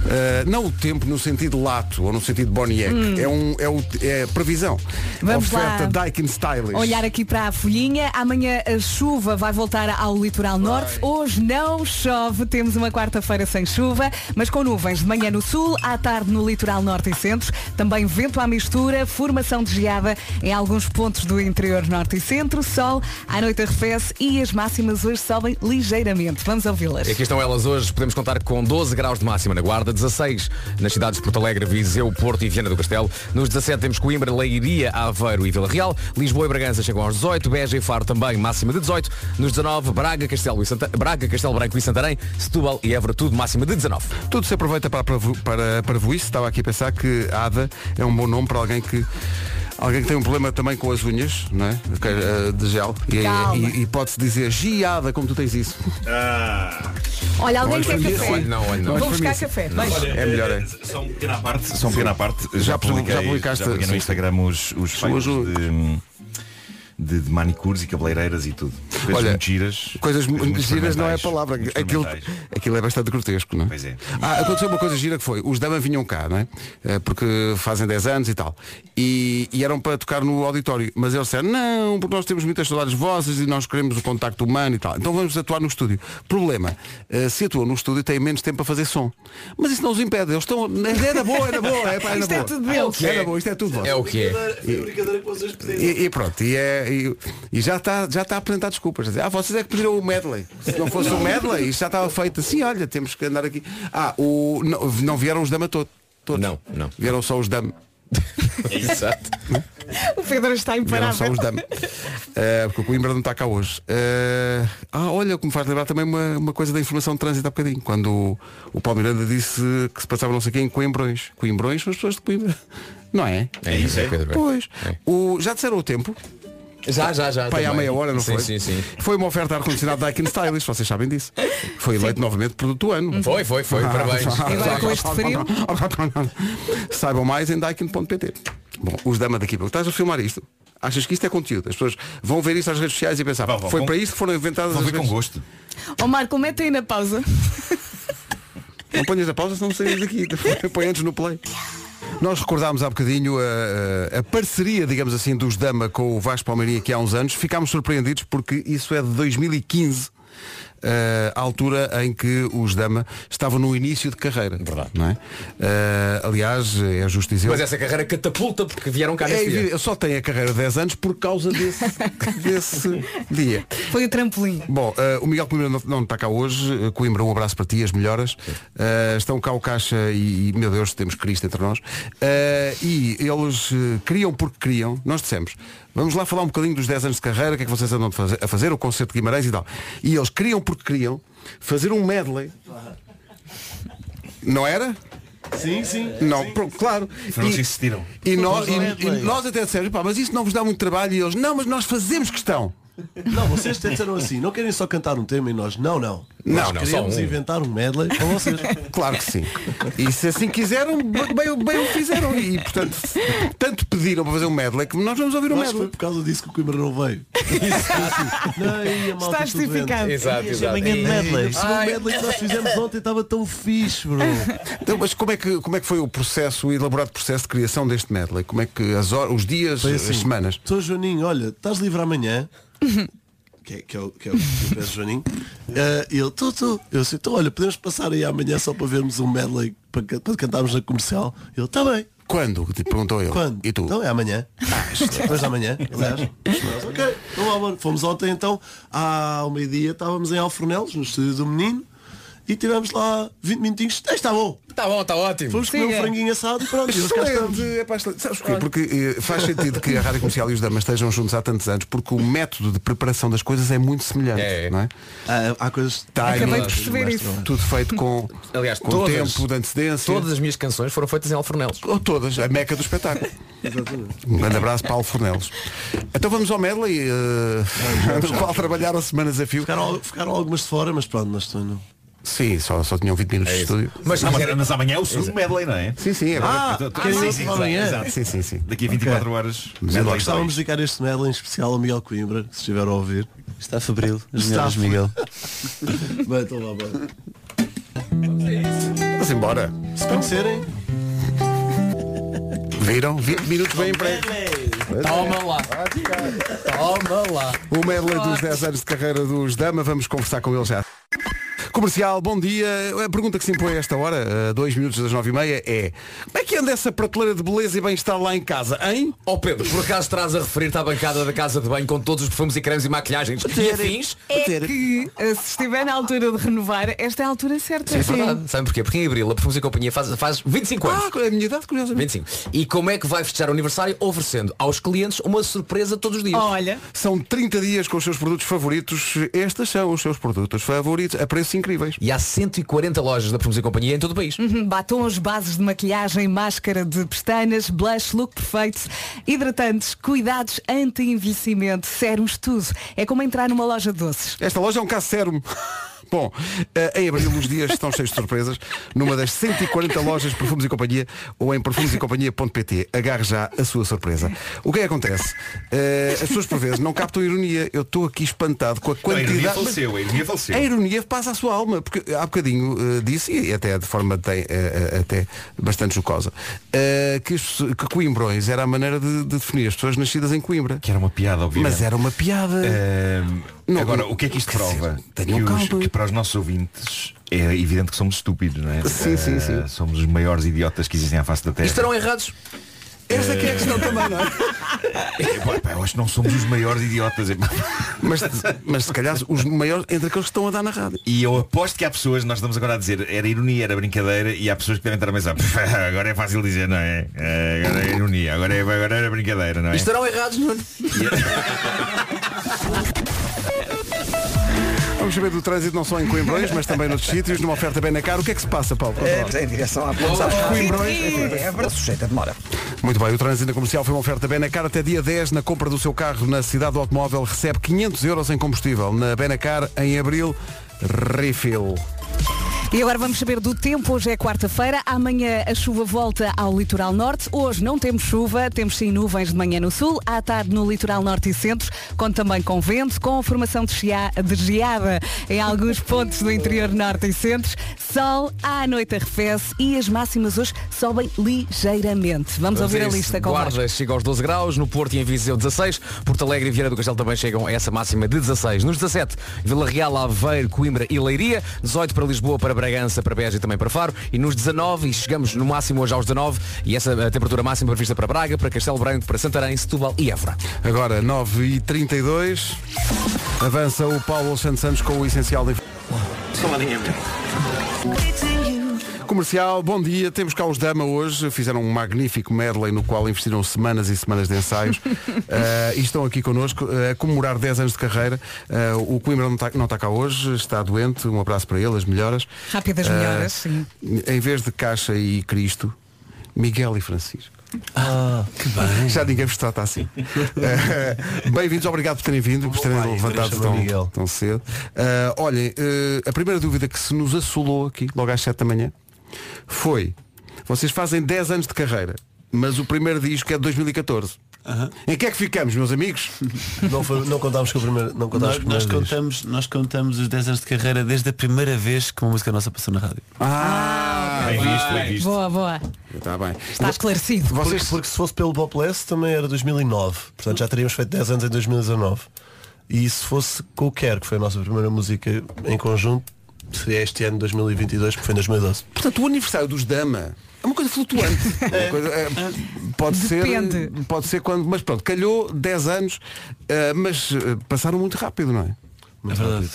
[SPEAKER 2] eh, não o tempo no sentido lato ou no sentido boniek.
[SPEAKER 4] Hum.
[SPEAKER 2] É, um, é, o- é previsão.
[SPEAKER 4] Vamos
[SPEAKER 2] oferta
[SPEAKER 4] lá.
[SPEAKER 2] Daikin Stylish.
[SPEAKER 4] Olhar aqui para a folhinha, amanhã a chuva vai voltar ao litoral norte. Hoje não chove, temos uma quarta-feira sem chuva, mas com nuvens de manhã no sul, à tarde no litoral norte e centro. Também vento à mistura, formação de geada em alguns pontos do interior norte e centro. Sol, à noite arrefece e as máximas hoje sobem ligeiramente. Vamos ouvi-las.
[SPEAKER 5] Aqui estão elas hoje. Podemos contar com 12 graus de máxima na Guarda, 16 nas cidades de Porto Alegre, Viseu, Porto e Viana do Castelo. Nos 17 temos Coimbra, Leiria, Aveiro e Vila Real. Lisboa e Bragança chegam aos 18. Beja e Faro também, máxima de 18. Nos 19, Braga, Castelo, e Santa... Braga, Castelo Branco e Santarém. Setúbal e Évora, tudo máxima de 19.
[SPEAKER 2] Tudo se aproveita para parvo- para parvoíce. Estava aqui a pensar que Ada é um bom nome para alguém que alguém que tem um problema também com as unhas, não é? Que, eh, De gel. E,
[SPEAKER 14] Calma. Ah,
[SPEAKER 2] e- e pode-se dizer giada como tu tens isso.
[SPEAKER 16] Olha, alguém
[SPEAKER 14] Olha,
[SPEAKER 16] quer
[SPEAKER 14] família,
[SPEAKER 16] café?
[SPEAKER 14] olha, não, olha, não.
[SPEAKER 16] Vou
[SPEAKER 14] Olha,
[SPEAKER 16] buscar
[SPEAKER 14] família.
[SPEAKER 16] café.
[SPEAKER 14] Não.
[SPEAKER 16] Beijo.
[SPEAKER 14] Olha, É melhor, é.
[SPEAKER 17] Só um pequeno à parte.
[SPEAKER 14] Só um pequeno à parte, já, publiquei, já
[SPEAKER 2] publicaste-
[SPEAKER 14] publiquei no
[SPEAKER 2] sim.
[SPEAKER 14] Instagram os, os feios de, de, de manicures e cabeleireiras e tudo. Coisas
[SPEAKER 2] Olha,
[SPEAKER 14] muito giras.
[SPEAKER 2] Coisas muito giras não é a
[SPEAKER 14] experimentais.
[SPEAKER 2] palavra. Aquilo, aquilo é bastante grotesco, não é? Pois
[SPEAKER 14] é.
[SPEAKER 2] Ah, aconteceu uma coisa gira que foi. Os Dama vinham cá, não é? Eh, Porque fazem 10 anos e tal. E, e eram para tocar no auditório. Mas eles disseram, não, porque nós temos muitas saudades vossas e nós queremos o contacto humano e tal. Então vamos atuar no estúdio. Problema. eh, se atuam no estúdio, têm menos tempo para fazer som. Mas isso não os impede. Eles estão... É na boa, é na boa. É, pá, é na boa. É na boa, isto é tudo vosso.
[SPEAKER 18] brincadeira que vocês pediram.
[SPEAKER 2] E, e pronto, e, é, e, e já está já tá a apresentar desculpas. a dizer, Ah, vocês é que pediram o medley. Se não fosse o medley, isto já estava feito assim, olha, temos que andar aqui. Ah, o, não, não vieram os dama todo, todos. Não, não. Vieram só os dama. É
[SPEAKER 5] Exato.
[SPEAKER 16] O Pedro está
[SPEAKER 2] Vieram só
[SPEAKER 16] imparável.
[SPEAKER 2] os dama. Eh, porque o Coimbra não está cá hoje. Eh, ah, olha, como faz lembrar também uma, uma coisa da informação de trânsito há bocadinho. Quando o, o Paulo Miranda disse que se passava não sei quem em Coimbrões. Coimbrões são as pessoas de Coimbra. Não é?
[SPEAKER 5] É isso, é, Pedro.
[SPEAKER 2] Pois. O, já disseram o tempo?
[SPEAKER 5] Já, já, já.
[SPEAKER 2] Pai, há
[SPEAKER 5] também.
[SPEAKER 2] meia hora, não
[SPEAKER 5] sim,
[SPEAKER 2] foi?
[SPEAKER 5] Sim, sim.
[SPEAKER 2] Foi uma oferta ar-condicionado da Aiken Stylish, vocês
[SPEAKER 5] <laughs>
[SPEAKER 2] sabem disso. Foi eleito novamente produto do ano.
[SPEAKER 5] Foi, foi,
[SPEAKER 2] Ah,
[SPEAKER 5] foi.
[SPEAKER 2] <laughs>
[SPEAKER 5] Parabéns. Agora com este frio.
[SPEAKER 2] Saibam mais em daikin.pt. Bom, os dama daqui. pouco. Estás a filmar isto? Achas que isto é conteúdo? As pessoas vão ver isto às redes sociais e pensar,
[SPEAKER 14] vão,
[SPEAKER 2] foi
[SPEAKER 14] vão.
[SPEAKER 2] para isto que foram inventadas
[SPEAKER 14] Vão
[SPEAKER 2] as
[SPEAKER 14] ver com
[SPEAKER 2] redes-
[SPEAKER 14] gosto.
[SPEAKER 16] Ó Marco, mete aí na pausa.
[SPEAKER 2] Não ponhas a pausa, senão saímos daqui. <laughs> Põe antes no play. Nós recordámos há bocadinho eh, a, a parceria, digamos assim, dos Dama com o Vasco Palmeirinha aqui há uns anos. Ficámos surpreendidos porque isso é de 2015. eh, a altura em que os Dama estavam no início de carreira. Verdade. Não é? Eh, aliás, é justo dizer.
[SPEAKER 5] Mas essa carreira catapulta porque vieram cá
[SPEAKER 2] é
[SPEAKER 5] nesse dia.
[SPEAKER 2] evidente, só tem a carreira de 10 anos por causa desse, <laughs> desse dia.
[SPEAKER 16] Foi o trampolim.
[SPEAKER 2] Bom, eh, o Miguel Coimbra não, não está cá hoje. Eh, Coimbra, um abraço para ti, as melhoras. Eh, estão cá o Caixa e, e, meu Deus, temos Cristo entre nós. Eh, e eles eh, criam porque criam. Nós dissemos, vamos lá falar um bocadinho dos 10 anos de carreira, o que é que vocês andam de fazer- a fazer, o concerto de Guimarães e tal. E eles criam porque criam fazer um medley. Não era?
[SPEAKER 18] Sim, sim.
[SPEAKER 2] Não, pro- claro.
[SPEAKER 18] Foram os
[SPEAKER 2] E-
[SPEAKER 18] que insistiram.
[SPEAKER 2] E
[SPEAKER 18] Foram
[SPEAKER 2] nós,
[SPEAKER 18] os
[SPEAKER 2] e-
[SPEAKER 18] medley.
[SPEAKER 2] e nós até dissemos, "Pá, mas isso não vos dá muito trabalho. E eles, não, mas nós fazemos questão.
[SPEAKER 18] Não, vocês até disseram assim, não querem só cantar um tema e nós, não, não.
[SPEAKER 2] Não,
[SPEAKER 18] nós
[SPEAKER 2] não,
[SPEAKER 18] queremos
[SPEAKER 2] só um.
[SPEAKER 18] inventar um medley para
[SPEAKER 2] <laughs>
[SPEAKER 18] vocês.
[SPEAKER 2] Claro que sim. E se assim quiseram, bem, bem o fizeram. E portanto, tanto pediram para fazer um medley que nós vamos ouvir um
[SPEAKER 18] Mas
[SPEAKER 2] medley.
[SPEAKER 18] foi por causa disso que o Coimbra não
[SPEAKER 2] <laughs>
[SPEAKER 18] veio. Não, e a malta
[SPEAKER 16] Está
[SPEAKER 18] tudo doente.
[SPEAKER 16] justificado.
[SPEAKER 18] E esta manhã de medley. Esse medley que nós fizemos ontem estava tão fixe,
[SPEAKER 2] <laughs>
[SPEAKER 18] bro.
[SPEAKER 2] Então, mas como é, que, como é que foi o processo, o elaborado processo de criação deste medley? Como é que as horas, os dias,
[SPEAKER 18] Foi assim,
[SPEAKER 2] as semanas?
[SPEAKER 18] Sou Joaninho, olha, estás livre
[SPEAKER 2] <laughs>
[SPEAKER 18] amanhã. Que é, que é o que é o que eu peço, Joaninho. Eh, ele, tu, tu. Eu sei, então olha, podemos passar aí amanhã só para vermos um medley para, ca- para cantarmos na comercial. Ele, está bem.
[SPEAKER 2] Quando? Te perguntou ele.
[SPEAKER 18] Quando?
[SPEAKER 2] E tu?
[SPEAKER 18] Então é amanhã. Depois de amanhã, aliás. Nós, ok, então vá, mano. Fomos ontem então, ao meio-dia estávamos em Alfornelos, no estúdio do menino, e tivemos lá 20 minutinhos. Está bom.
[SPEAKER 5] Está Tá bom, está ótimo.
[SPEAKER 18] Fomos comer um
[SPEAKER 2] Siga.
[SPEAKER 18] franguinho assado e pronto. e eles cá estamos.
[SPEAKER 2] Excelente, é pá, excelente. Sabes porquê? Porque eh, faz sentido que a Rádio Comercial e os Damas estejam juntos há tantos anos, porque o método de preparação das coisas é muito semelhante. Não é?
[SPEAKER 18] Ah,
[SPEAKER 2] Tá
[SPEAKER 18] Há, coisas
[SPEAKER 5] Acabei de perceber isso.
[SPEAKER 2] Tudo feito com,
[SPEAKER 5] Aliás,
[SPEAKER 2] com
[SPEAKER 5] todas,
[SPEAKER 2] tempo de antecedência.
[SPEAKER 5] todas as minhas canções foram feitas em Alfornelos.
[SPEAKER 2] Ou todas, a meca do espetáculo. Um grande abraço, Paulo Fornelos. Então vamos ao medley, eh, no qual trabalharam a semana desafio.
[SPEAKER 18] Ficaram, ficaram algumas de fora, mas pronto, mas estou não.
[SPEAKER 2] Sim, só, só tinham 20 minutos de estúdio.
[SPEAKER 14] Mas, mas amanhã é o segundo medley, não é?
[SPEAKER 2] É Sim, sim, é
[SPEAKER 18] Ah,
[SPEAKER 14] verdade.
[SPEAKER 18] ah, sim, sim, amanhã.
[SPEAKER 14] exato.
[SPEAKER 2] Sim, sim, sim.
[SPEAKER 14] Daqui a 24 horas.
[SPEAKER 18] Mas
[SPEAKER 14] medley
[SPEAKER 18] eu
[SPEAKER 14] dois.
[SPEAKER 18] gostava de dedicar este medley em especial ao Miguel Coimbra, que se estiver a ouvir.
[SPEAKER 19] Está febril.
[SPEAKER 18] As melhoras,
[SPEAKER 19] Miguel.
[SPEAKER 18] <laughs> Bem, então lá, bem.
[SPEAKER 2] Vamos embora.
[SPEAKER 18] Se conhecerem.
[SPEAKER 2] Viram? 20 minutos bem emprego.
[SPEAKER 5] Toma lá. Toma lá.
[SPEAKER 2] O medley dos 10 anos de carreira dos Dama, vamos conversar com ele já. Comercial, bom dia. A pergunta que se impõe a esta hora, a dois minutos das nove e meia, é como é que anda essa prateleira de beleza e bem-estar lá em casa, hein?
[SPEAKER 5] Ó Pedro, por acaso estás a referir-te à bancada da casa de banho com todos os perfumes e cremes e maquilhagens e afins?
[SPEAKER 4] É que eh, se estiver na altura de renovar, esta é a altura certa.
[SPEAKER 5] Sim, é verdade. Sabe porquê? Porque em Abril a Perfumes e Companhia faz, faz 25 anos.
[SPEAKER 2] Ah, é a minha idade, curiosamente.
[SPEAKER 5] 25. E como é que vai festejar o aniversário? Oferecendo aos clientes uma surpresa todos os dias.
[SPEAKER 4] Oh.
[SPEAKER 16] Olha.
[SPEAKER 2] São 30 dias com os seus produtos favoritos. Estes são os seus produtos favoritos a preços incríveis.
[SPEAKER 5] E há 140 lojas da Perfumes e Companhia em todo o país.
[SPEAKER 4] <laughs> Uhum, Batons, bases de maquilhagem, máscara de pestanas, blush, look perfeito, hidratantes, cuidados anti-envelhecimento, sérums, tudo. É como entrar numa loja de doces.
[SPEAKER 2] Esta loja é um caso sério. <laughs> Bom, eh, em abril os dias estão cheios de surpresas numa das 140 lojas Perfumes e Companhia ou em perfumesecompanhia.pt. Agarre já a sua surpresa. O que é que acontece? Eh, as pessoas por vezes não captam a ironia. Eu estou aqui espantado com a
[SPEAKER 14] Não, a
[SPEAKER 2] quantidade.
[SPEAKER 14] ironia
[SPEAKER 2] Mas-
[SPEAKER 14] faleceu, é a ironia faleceu.
[SPEAKER 2] a ironia passa à sua alma, porque há bocadinho eh, disse, e até de forma até, eh, até bastante jocosa, eh, que, as pessoas- que Coimbrões era a maneira de, de definir as pessoas nascidas em Coimbra.
[SPEAKER 14] Que era uma piada, obviamente.
[SPEAKER 2] Mas era uma piada.
[SPEAKER 14] Ahm, agora, o que é que isto prova? que, os- que para os nossos ouvintes é evidente que somos estúpidos, não é?
[SPEAKER 2] Sim, sim, sim. é-
[SPEAKER 14] Ah, somos os maiores idiotas que existem à face da Terra.
[SPEAKER 5] Estarão errados.
[SPEAKER 2] Essa que é a questão também, não é?
[SPEAKER 14] É, pá, pá, eu acho que não somos os maiores idiotas. é pá.
[SPEAKER 2] <laughs> Mas, mas se calhar os maiores entre aqueles que estão a dar na rádio.
[SPEAKER 14] E eu aposto que há pessoas, nós estamos agora a dizer, era ironia, era brincadeira, e há pessoas que devem estar a pensar, "Pff, agora é fácil dizer, não é? Ah, Agora é ironia, agora, é, agora era brincadeira, não é?
[SPEAKER 5] Estarão errados, Nuno.
[SPEAKER 2] Vamos saber do trânsito não só em Coimbrões, mas também noutros sítios, numa oferta bem na cara. O que é que se passa, Paulo? Conta lá.
[SPEAKER 3] É, em direção à
[SPEAKER 2] Boa.
[SPEAKER 3] ponte, sabes que Coimbrões
[SPEAKER 2] Sim.
[SPEAKER 3] é, é, é sujeita a demora.
[SPEAKER 2] Muito bem, o trânsito na comercial foi uma oferta Benacar até dia 10 na compra do seu carro na cidade do automóvel recebe 500 euros em combustível na Benacar em abril refill.
[SPEAKER 4] E agora vamos saber do tempo. Hoje é quarta-feira, amanhã a chuva volta ao litoral norte. Hoje não temos chuva, temos sim nuvens de manhã no sul, à tarde no litoral norte e centro, conto também com vento, com a formação de, chia- de geada em alguns pontos do interior norte e centro. Sol à noite arrefece e as máximas hoje sobem ligeiramente. Vamos, ouvir a
[SPEAKER 5] isso.
[SPEAKER 4] lista com
[SPEAKER 5] Guarda chega aos 12 graus, no Porto e em Viseu 16, Porto Alegre e Vieira do Castelo também chegam a essa máxima de 16. Nos 17, Vila Real, Aveiro, Coimbra e Leiria, 18 para Lisboa, para Bragança, para Beja e também para Faro, e nos 19, e chegamos no máximo hoje aos 19, e essa a temperatura máxima prevista para Braga, para Castelo Branco, para Santarém, Setúbal e Évora.
[SPEAKER 2] Agora 9 e 32 avança o Paulo Alexandre Santos com o essencial de... Comercial, bom dia. Temos cá os Dama hoje. Fizeram um magnífico medley no qual investiram semanas e semanas de
[SPEAKER 4] <laughs>
[SPEAKER 2] ensaios. Eh, e estão aqui connosco eh, a comemorar 10 anos de carreira. Eh, o Coimbra não está cá hoje, está doente. Um abraço para ele, as melhoras. Eh,
[SPEAKER 4] Rápidas melhoras, sim.
[SPEAKER 2] Em vez de Caixa e Cristo, Miguel e Francisco.
[SPEAKER 18] Ah, que bem.
[SPEAKER 2] <laughs> Já ninguém vos trata assim. Eh, Bem-vindos, obrigado por terem vindo, por terem levantado
[SPEAKER 18] Deixa-me,
[SPEAKER 2] tão,
[SPEAKER 18] Miguel.
[SPEAKER 2] tão cedo. Eh, olhem, eh, a primeira dúvida que se nos assolou aqui, logo às 7 da manhã, foi, vocês fazem 10 anos de carreira, mas o primeiro disco é de 2014. Em que é que ficamos, meus amigos?
[SPEAKER 18] Não, foi- não contámos com o primeiro. Não
[SPEAKER 19] Nós,
[SPEAKER 18] contámos com o
[SPEAKER 19] nós
[SPEAKER 18] primeiro disco.
[SPEAKER 19] contamos, nós contamos os 10 anos de carreira desde a primeira vez que uma música nossa passou na rádio.
[SPEAKER 2] Ah,
[SPEAKER 19] Bem visto, bem visto.
[SPEAKER 4] Boa, boa.
[SPEAKER 2] Está bem.
[SPEAKER 4] Está esclarecido.
[SPEAKER 18] Porque, porque se fosse pelo Popless também era 2009. Portanto já teríamos feito 10 anos em 2019. E se fosse com o Quer, que foi a nossa primeira música em conjunto, seria este ano 2022, porque foi em 2012.
[SPEAKER 2] Portanto, o aniversário dos Dama é uma coisa flutuante. É uma coisa, é, pode, ser,
[SPEAKER 18] Depende.
[SPEAKER 2] pode ser quando. Mas pronto, calhou 10 anos, eh, mas eh, passaram muito rápido, não é?
[SPEAKER 19] É verdade.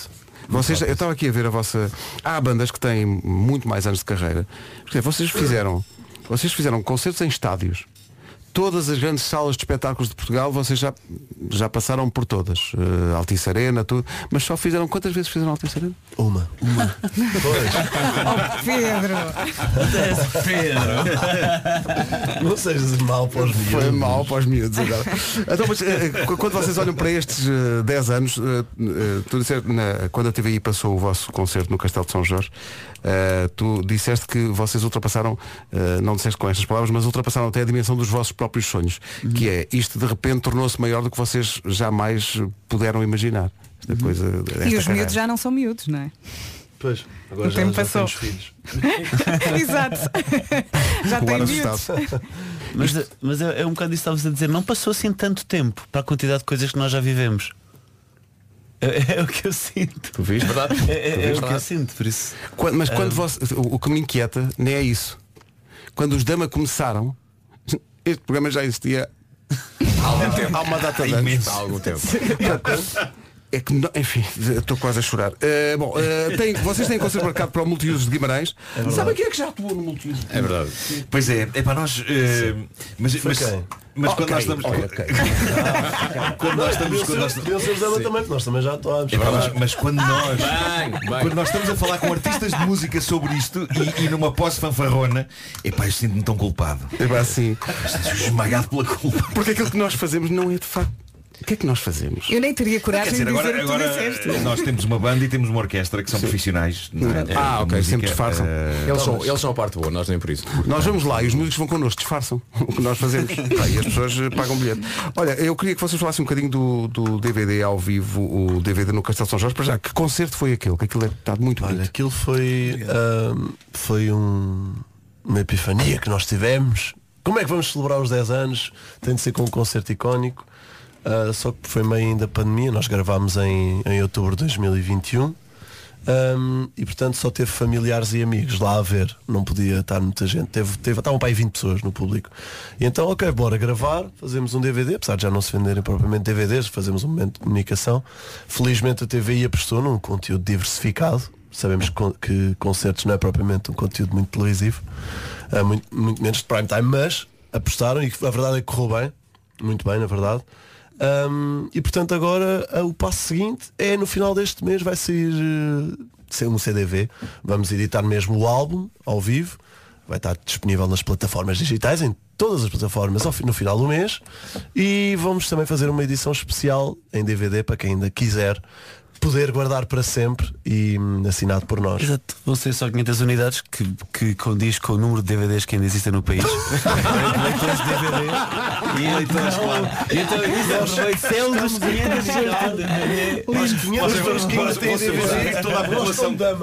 [SPEAKER 2] Vocês, eu estava aqui a ver a vossa. Há bandas que têm muito mais anos de carreira. Quer dizer, Vocês fizeram, vocês fizeram concertos em estádios. Todas as grandes salas de espetáculos de Portugal, vocês já, já passaram por todas. Eh, Altice Arena, tudo. Mas só fizeram. Quantas vezes fizeram Altice Arena?
[SPEAKER 18] Uma. <laughs> Uma.
[SPEAKER 4] Pedro.
[SPEAKER 18] Não sejas mal para os miúdos.
[SPEAKER 2] Foi mal para os miúdos agora. <laughs> Então, mas, eh, qu- quando vocês olham para estes eh, 10 anos, eh, eh, tu disseste, na- quando a TVI passou o vosso concerto no Castelo de São Jorge, eh, tu disseste que vocês ultrapassaram, eh, não disseste com estas palavras, mas ultrapassaram até a dimensão dos vossos próprios sonhos, que é isto de repente tornou-se maior do que vocês jamais puderam imaginar. Esta coisa,
[SPEAKER 4] Uhum. E
[SPEAKER 2] esta
[SPEAKER 4] os miúdos
[SPEAKER 2] carreira.
[SPEAKER 4] já não são miúdos, não é?
[SPEAKER 18] Pois, agora
[SPEAKER 4] O
[SPEAKER 18] já,
[SPEAKER 4] tempo
[SPEAKER 18] já
[SPEAKER 4] passou.
[SPEAKER 18] temos filhos.
[SPEAKER 4] Exato. <laughs> Já tem miúdos.
[SPEAKER 19] Mas, mas é, é um bocado isso que estavas a dizer. Não passou assim tanto tempo para a quantidade de coisas que nós já vivemos. É, é o que eu sinto.
[SPEAKER 2] Tu viste? Verdade.
[SPEAKER 19] É, é-
[SPEAKER 2] Tu
[SPEAKER 19] é o que
[SPEAKER 2] viste,
[SPEAKER 19] eu
[SPEAKER 2] verdade.
[SPEAKER 19] sinto, por isso.
[SPEAKER 2] Quando- mas quando
[SPEAKER 19] Ah.
[SPEAKER 2] você- o, o que me inquieta nem é isso. Quando os Dama começaram, <laughs> este programa já existia há algum tempo. Há uma data de anos.
[SPEAKER 14] Há algum tempo.
[SPEAKER 2] É que, não- enfim, estou quase a chorar. Eh, bom, eh, tem- vocês têm concerto marcado para o Multiusos de Guimarães.
[SPEAKER 14] verdade.
[SPEAKER 2] Sabe quem é que já atuou no Multiusos?
[SPEAKER 14] É verdade. Pois é, é para nós. eh, mas
[SPEAKER 2] Foi
[SPEAKER 14] mas,
[SPEAKER 2] quem?
[SPEAKER 14] mas quando
[SPEAKER 2] Ok,
[SPEAKER 14] nós estamos. <laughs>
[SPEAKER 2] ok.
[SPEAKER 14] quando nós estamos. Quando nós...
[SPEAKER 18] Deus seus ama também, que nós também já atuámos.
[SPEAKER 14] É para nós, mas quando
[SPEAKER 2] Ah,
[SPEAKER 14] nós,
[SPEAKER 18] Bem, bem.
[SPEAKER 14] quando nós estamos a falar com artistas de música sobre isto e, e numa pós fanfarrona, epá, eu sinto-me tão culpado.
[SPEAKER 2] É assim.
[SPEAKER 14] Esmagado pela culpa.
[SPEAKER 2] Porque aquilo que nós fazemos não é de facto O que é que nós fazemos?
[SPEAKER 4] Eu nem teria coragem de dizer o que tu disseste.
[SPEAKER 14] eh, nós temos uma banda e temos uma orquestra que são profissionais. não é? É,
[SPEAKER 2] Ah, ok,
[SPEAKER 14] música,
[SPEAKER 2] sempre disfarçam.
[SPEAKER 14] eh,
[SPEAKER 2] Eles são-
[SPEAKER 14] mas-
[SPEAKER 2] eles
[SPEAKER 5] Só a parte boa, nós nem por isso.
[SPEAKER 2] Nós vamos lá e os músicos vão connosco, disfarçam <laughs> o que
[SPEAKER 14] <laughs>
[SPEAKER 2] nós fazemos. Pá, e as pessoas eh, pagam bilhete. Olha, eu queria que vocês falassem um bocadinho do, do DVD ao vivo, o DVD no Castelo de São Jorge, para já. Que concerto foi aquele? Que aquilo é está muito bonito.
[SPEAKER 18] Aquilo foi, ahm, foi um- uma epifania que nós tivemos. Como é que vamos celebrar os 10 anos? Tem de ser com um concerto icónico. Ah, só que foi meio ainda pandemia, nós gravámos em, em outubro de 2021. Ahm, e portanto só teve familiares e amigos lá a ver, não podia estar muita gente, teve, teve, estavam para aí 20 pessoas no público. E então, ok, bora gravar, fazemos um DVD, apesar de já não se venderem propriamente DVDs, fazemos um momento de comunicação. Felizmente a TVI apostou num conteúdo diversificado, sabemos que, con- que concertos não é propriamente um conteúdo muito televisivo, ah, muito, muito menos de prime time, mas apostaram e a verdade é que correu bem, muito bem na verdade. Ahm, e portanto agora ah, o passo seguinte é no final deste mês vai sair eh, ser um CDV. Vamos editar mesmo o álbum ao vivo. Vai estar disponível nas plataformas digitais, em todas as plataformas ao fi- no final do mês. E vamos também fazer uma edição especial em DVD para quem ainda quiser poder guardar para sempre e hum, assinado por nós.
[SPEAKER 19] Exato, vão ser só 500 unidades que, que condiz com o número de DVDs que ainda existem no
[SPEAKER 18] <laughs>
[SPEAKER 19] país.
[SPEAKER 18] Leitores de DVD
[SPEAKER 14] e leitores, claro.
[SPEAKER 19] Então,
[SPEAKER 18] Estamos a congelar. Os 500 pessoas que ainda têm DVD,
[SPEAKER 14] Toda a população, toda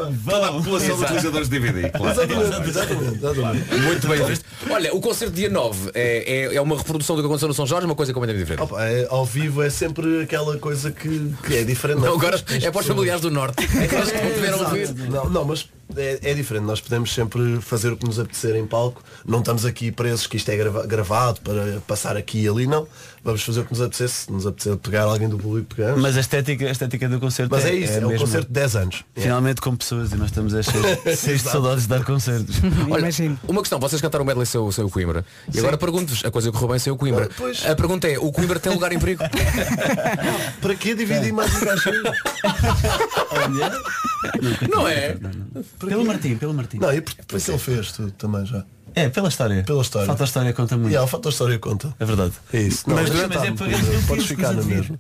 [SPEAKER 14] a população de
[SPEAKER 5] Exato.
[SPEAKER 14] utilizadores de DVD, claro.
[SPEAKER 18] Exatamente, exatamente, exatamente.
[SPEAKER 5] Muito bem visto. Olha, o concerto dia 9 é, é, é uma reprodução do que aconteceu no São Jorge, uma coisa completamente diferente.
[SPEAKER 18] Opa, é- ao vivo é sempre aquela coisa que, que é diferente.
[SPEAKER 5] Não,
[SPEAKER 18] Não,
[SPEAKER 5] agora
[SPEAKER 18] As pessoas-
[SPEAKER 5] é para os familiares do Norte. Aqueles que não puderam
[SPEAKER 18] exato.
[SPEAKER 5] ouvir.
[SPEAKER 18] Não, não, mas é, é diferente. Nós podemos sempre fazer o que nos apetecer em palco. Não estamos aqui presos que isto é grava- gravado para passar aqui e ali, não. Vamos fazer o que nos apetecer. Se nos apetecer pegar alguém do público, pegamos.
[SPEAKER 19] Mas a estética, a estética do concerto
[SPEAKER 18] Mas é isso, é um
[SPEAKER 19] mesmo.
[SPEAKER 18] concerto de 10 anos. É.
[SPEAKER 19] Finalmente com pessoas e nós estamos a
[SPEAKER 18] <laughs>
[SPEAKER 19] cheios cheios de
[SPEAKER 5] Exato.
[SPEAKER 19] saudades de dar concertos.
[SPEAKER 5] Olha, uma questão, vocês cantaram o medley sem o- sem o Coimbra. E
[SPEAKER 19] Sim.
[SPEAKER 5] agora pergunto-vos, a coisa correu bem sem o Coimbra. A pergunta é, o Coimbra tem lugar em perigo?
[SPEAKER 18] Para que dividir mais
[SPEAKER 19] <laughs>
[SPEAKER 18] um <laughs> cachorro?
[SPEAKER 5] Não é?
[SPEAKER 19] Pelo Martim, pelo Martim.
[SPEAKER 18] Não, e por, por que ele fez tudo também já?
[SPEAKER 19] É, pela história.
[SPEAKER 18] Pela história.
[SPEAKER 19] Falta a história conta muito.
[SPEAKER 18] Yeah, o fato da história conta.
[SPEAKER 19] É verdade.
[SPEAKER 18] É isso.
[SPEAKER 19] Mas-
[SPEAKER 18] já
[SPEAKER 19] mas
[SPEAKER 18] tá,
[SPEAKER 19] é para eles não ficarem
[SPEAKER 18] Podes ficar na
[SPEAKER 19] escusados.
[SPEAKER 18] mesma.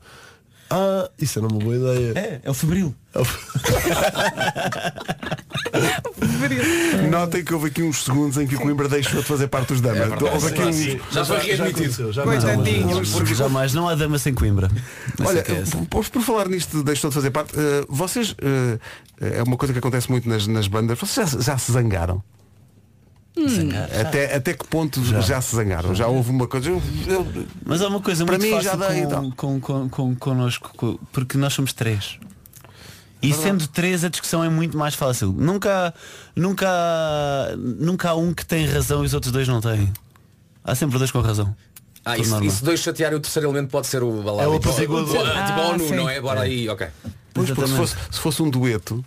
[SPEAKER 18] Ah, isso era uma boa ideia.
[SPEAKER 19] É, é o febril.
[SPEAKER 2] Notem que houve aqui uns segundos em que o Coimbra deixou de fazer parte dos damas.
[SPEAKER 18] é
[SPEAKER 2] houve aqui um- uns...
[SPEAKER 19] Porque jamais não há dama sem Coimbra.
[SPEAKER 18] é
[SPEAKER 2] Olha,
[SPEAKER 18] assim.
[SPEAKER 2] pois por falar nisto deixou de fazer parte, eh, vocês, eh, é uma coisa que acontece muito nas, nas bandas, vocês já, já se zangaram? Até, até que ponto já, se zangaram? Já houve uma coisa. eu- eu-
[SPEAKER 19] Mas há uma coisa
[SPEAKER 2] para
[SPEAKER 19] muito
[SPEAKER 2] mim já
[SPEAKER 19] fácil
[SPEAKER 2] dei e tal.
[SPEAKER 19] com, com, com, com- connosco, co- porque nós somos três. E
[SPEAKER 2] Verdade.
[SPEAKER 19] sendo três a discussão é muito mais fácil. Nunca, há- nunca, há- nunca há um que tem razão e os outros dois não têm. Há sempre dois com razão.
[SPEAKER 5] Ah,
[SPEAKER 19] Por
[SPEAKER 5] isso,
[SPEAKER 19] norma.
[SPEAKER 5] isso dois chatearem o terceiro elemento pode ser o balado.
[SPEAKER 19] É o
[SPEAKER 5] Tipo,
[SPEAKER 19] apaziguador.
[SPEAKER 5] Tipo, ah, tipo a
[SPEAKER 19] Ah,
[SPEAKER 5] ONU,
[SPEAKER 19] sim.
[SPEAKER 5] não é? Bora
[SPEAKER 19] É.
[SPEAKER 5] aí, ok.
[SPEAKER 2] Pois, porque se
[SPEAKER 19] Exatamente.
[SPEAKER 2] fosse, se fosse um dueto,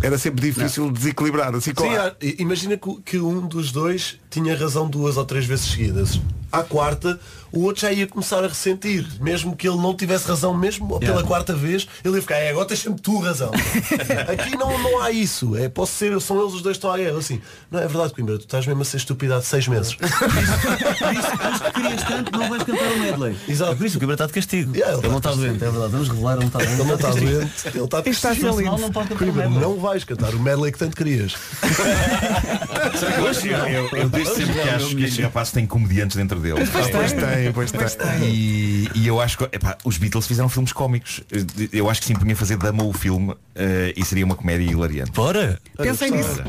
[SPEAKER 2] era sempre difícil desequilibrar. Assim, com
[SPEAKER 18] Sim, há- i- imagina que, o- que um dos dois tinha razão duas ou três vezes seguidas. À quarta, o outro já ia começar a ressentir. Mesmo que ele não tivesse razão, mesmo ou pela
[SPEAKER 19] Yeah.
[SPEAKER 18] quarta vez, ele ia ficar, é, agora tens sempre tu
[SPEAKER 19] <laughs>
[SPEAKER 18] razão. Aqui não, não há isso. É, posso ser, são eles os dois que estão à guerra. Assim, não é verdade, Coimbra, tu estás mesmo a ser estúpido há seis meses.
[SPEAKER 19] querias tanto, não vais cantar o medley. É
[SPEAKER 18] Exato.
[SPEAKER 19] Por isso o Coimbra está de castigo.
[SPEAKER 18] ele
[SPEAKER 19] ele não está doente, é verdade. Vamos revelar, ele não está doente.
[SPEAKER 18] Ele não está
[SPEAKER 19] castigo.
[SPEAKER 18] doente, ele está de
[SPEAKER 19] Está a ser
[SPEAKER 18] castigo.
[SPEAKER 19] lindo. Não pode cantar o
[SPEAKER 18] Coimbra,
[SPEAKER 19] medley.
[SPEAKER 18] não vais cantar o medley que tanto querias.
[SPEAKER 14] Sabe que eu acho- Eu, eu, eu desde sempre que acho que este rapaz tem comediantes dentro dele.
[SPEAKER 2] Pois tem, pois tem.
[SPEAKER 14] E, e eu acho que epá, os Beatles fizeram filmes cómicos. Eu acho que sim, punha fazer Dama o filme eh, e seria uma comédia hilariante.
[SPEAKER 19] Bora!
[SPEAKER 4] Pensei nisso.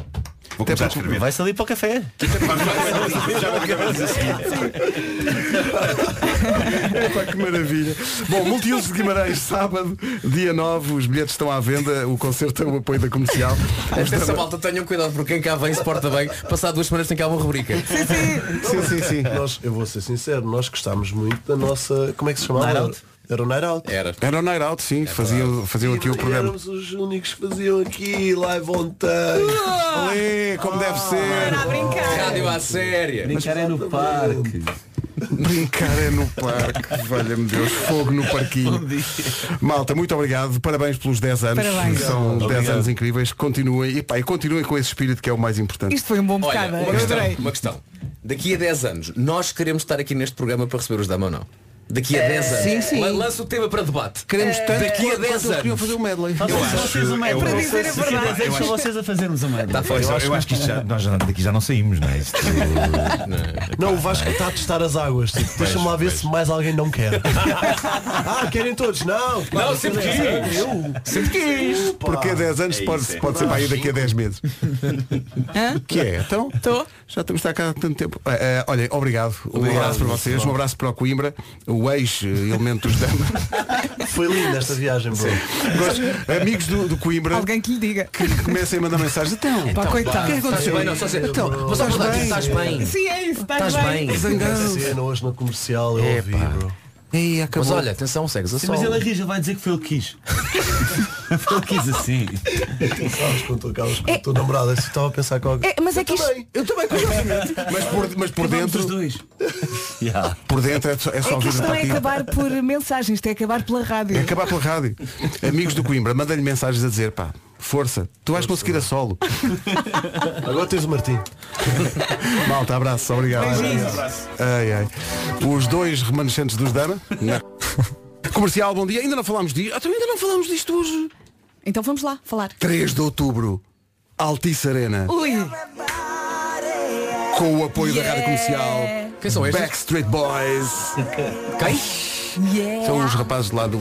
[SPEAKER 14] Vou começar a escrever.
[SPEAKER 19] Vai-se ali para o café.
[SPEAKER 14] <laughs>
[SPEAKER 2] Epá, que maravilha. Bom, multiuso de Guimarães, sábado, dia 9, os bilhetes estão à venda, o concerto é o apoio da comercial. Os
[SPEAKER 5] Essa
[SPEAKER 2] Damas-
[SPEAKER 5] malta tenham cuidado, porque quem cá vem se porta bem. Passar duas semanas tem cá uma rubrica.
[SPEAKER 18] Sim, sim, sim. Nós, eu vou ser sincero, nós gostámos muito da nossa. Como é que se chamava?
[SPEAKER 2] Night
[SPEAKER 18] Era,
[SPEAKER 2] out?
[SPEAKER 18] era o Night Out.
[SPEAKER 5] Era.
[SPEAKER 2] Era o Night Out, sim, faziam, faziam aqui o programa.
[SPEAKER 18] Éramos os únicos que faziam aqui live ontem.
[SPEAKER 2] Ali, como deve ser.
[SPEAKER 5] Rádio à séria.
[SPEAKER 18] Um
[SPEAKER 19] Brincar é no parque.
[SPEAKER 2] Brincar é no parque, valha-me Deus, fogo no parquinho. Malta, muito obrigado, parabéns pelos 10 anos,
[SPEAKER 4] Parabéns.
[SPEAKER 2] são 10
[SPEAKER 5] Obrigado.
[SPEAKER 2] anos incríveis, continuem, e, pá, e continuem com esse espírito que é o mais importante.
[SPEAKER 4] Isto foi um bom
[SPEAKER 5] Olha,
[SPEAKER 4] bocado.
[SPEAKER 5] uma
[SPEAKER 4] Eu
[SPEAKER 5] questão,
[SPEAKER 4] adorei.
[SPEAKER 5] uma questão. Daqui a 10 anos, nós queremos estar aqui neste programa para receber os Dama ou não? Daqui a
[SPEAKER 2] É,
[SPEAKER 5] 10 anos.
[SPEAKER 2] sim, sim.
[SPEAKER 5] Lan- Lança o tema para debate. É.
[SPEAKER 2] Queremos tanto
[SPEAKER 5] Eh, Daqui a
[SPEAKER 2] quanto
[SPEAKER 5] 10
[SPEAKER 2] eles queriam
[SPEAKER 5] anos.
[SPEAKER 2] fazer o medley.
[SPEAKER 5] Façam
[SPEAKER 14] Eu
[SPEAKER 5] vocês
[SPEAKER 14] acho- é
[SPEAKER 5] um medley.
[SPEAKER 14] eu-
[SPEAKER 5] Para dizer a verdade.
[SPEAKER 14] Eu acho-
[SPEAKER 5] Deixam vocês
[SPEAKER 19] a fazermos uma.
[SPEAKER 14] Tá feito. eu, acho, eu acho que isto já, nós já- daqui já não saímos, não é? Isto-
[SPEAKER 18] Não, o Vasco está a testar as águas. Tipo, Deixa-me lá ver se mais alguém não
[SPEAKER 19] <laughs>
[SPEAKER 18] quer. ah, querem todos? Não.
[SPEAKER 2] Não, sempre
[SPEAKER 18] quis. Eu.
[SPEAKER 2] Sempre quis. Porque a 10 anos
[SPEAKER 18] É
[SPEAKER 2] pode,
[SPEAKER 18] isso, é.
[SPEAKER 2] pode ser para aí daqui a 10 meses. O que é? Então, já estamos a estar cá há tanto tempo. Ah, ah, olha, obrigado. Um
[SPEAKER 18] Obrigado.
[SPEAKER 2] abraço para vocês, um abraço para o Coimbra, o eh, ex-elemento dos Dama.
[SPEAKER 18] <laughs> Foi linda esta viagem, bro.
[SPEAKER 2] Gosto- Amigos do, do Coimbra. Alguém que lhe diga. Que comecem a mandar mensagens. Então,
[SPEAKER 18] Pá, coitado.
[SPEAKER 2] O que é que
[SPEAKER 18] Estás
[SPEAKER 2] aconteceu?
[SPEAKER 18] bem? Não, só dizer,
[SPEAKER 2] então,
[SPEAKER 18] vou só perguntar, estás bem?
[SPEAKER 15] Sim, é isso, estás,
[SPEAKER 18] Essa cena hoje no comercial eu ouvi, bro. um.
[SPEAKER 2] Ei,
[SPEAKER 5] acabou. Mas olha, atenção, segues a
[SPEAKER 19] Sim, mas
[SPEAKER 5] solo.
[SPEAKER 19] ele arrija, vai dizer que foi ele que
[SPEAKER 18] <laughs>
[SPEAKER 19] quis. foi ele que quis assim.
[SPEAKER 18] Tu sabes quando tu acabas com a tua namorada, se estava a pensar com
[SPEAKER 15] É, mas é que isto...
[SPEAKER 2] Eu também, curiosamente. Mas por, mas por dentro. Por dentro é só, é só
[SPEAKER 4] É que
[SPEAKER 2] ouvir
[SPEAKER 4] isto
[SPEAKER 2] um
[SPEAKER 4] não é
[SPEAKER 2] pouquinho.
[SPEAKER 4] acabar por mensagens, isto é acabar pela rádio.
[SPEAKER 2] É acabar pela rádio. Amigos do Coimbra, mandem-lhe mensagens a dizer, pá, força, tu vais conseguir a solo.
[SPEAKER 18] Agora tens o Martim.
[SPEAKER 2] Malta, abraço, obrigado.
[SPEAKER 18] Beijinhos.
[SPEAKER 2] Ai, ai. Os dois remanescentes dos Dama.
[SPEAKER 18] <laughs>
[SPEAKER 2] na- Comercial, bom dia. Ainda não falámos disto. Ah, tu ainda não falámos disto hoje.
[SPEAKER 15] Então vamos lá falar.
[SPEAKER 2] 3 de outubro, Altice Arena.
[SPEAKER 15] Ui!
[SPEAKER 2] Com o apoio da Rádio Comercial.
[SPEAKER 5] Quem são estes?
[SPEAKER 2] Backstreet Boys.
[SPEAKER 5] Quem?
[SPEAKER 2] São os rapazes lá do,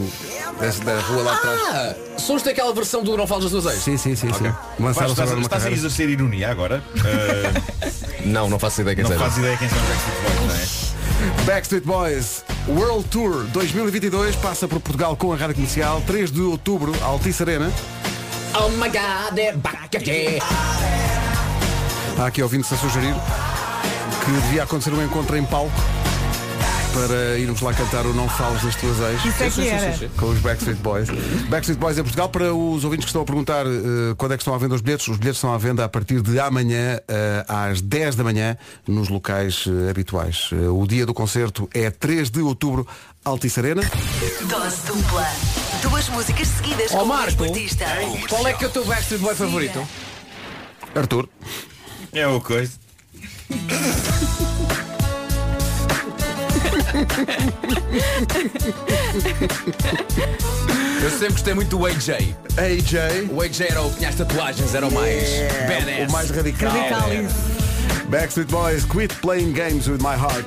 [SPEAKER 2] dessa- da rua lá atrás.
[SPEAKER 5] Ah, sons daquela versão do Não Falas dos Ex.
[SPEAKER 2] Sim, sim, sim. sim.
[SPEAKER 14] Vasco,
[SPEAKER 2] Lançaram
[SPEAKER 14] estás,
[SPEAKER 2] agora uma
[SPEAKER 14] estás a
[SPEAKER 2] carreira.
[SPEAKER 14] exercer ironia agora? Eh,
[SPEAKER 5] não, não faço ideia quem
[SPEAKER 14] Não
[SPEAKER 5] seja.
[SPEAKER 14] faço ideia quem são os Backstreet Boys, não é?
[SPEAKER 2] Backstreet Boys World Tour 2022 passa por Portugal com a Rádio Comercial 3 de outubro, Altice Arena.
[SPEAKER 5] Oh my god, é back again.
[SPEAKER 2] Há aqui ouvindo-se a sugerir que devia acontecer um encontro em palco para irmos lá cantar o Não Falas das Tuas Ex
[SPEAKER 4] Isso é que Sim, sim, era. sim, sim.
[SPEAKER 2] com os Backstreet Boys. Backstreet Boys em Portugal, para os ouvintes que estão a perguntar eh, quando é que estão à venda os bilhetes, os bilhetes estão à venda a partir de amanhã eh, às 10 da manhã nos locais eh, habituais. Eh, o dia do concerto é 3 de outubro, Altice Arena.
[SPEAKER 1] Dose dupla. Duas músicas seguidas
[SPEAKER 5] Ó
[SPEAKER 1] com
[SPEAKER 5] Marco,
[SPEAKER 1] o mesmo artista.
[SPEAKER 5] qual é que é o teu Backstreet Boy favorito?
[SPEAKER 2] Arthur.
[SPEAKER 14] É o coisa.
[SPEAKER 5] Eu sempre gostei muito do AJ.
[SPEAKER 2] AJ?
[SPEAKER 5] O AJ era o que tinha as tatuagens, era o mais badass.
[SPEAKER 2] o mais radical.
[SPEAKER 5] Radical,
[SPEAKER 2] Era. Backstreet Boys, quit playing games with my heart.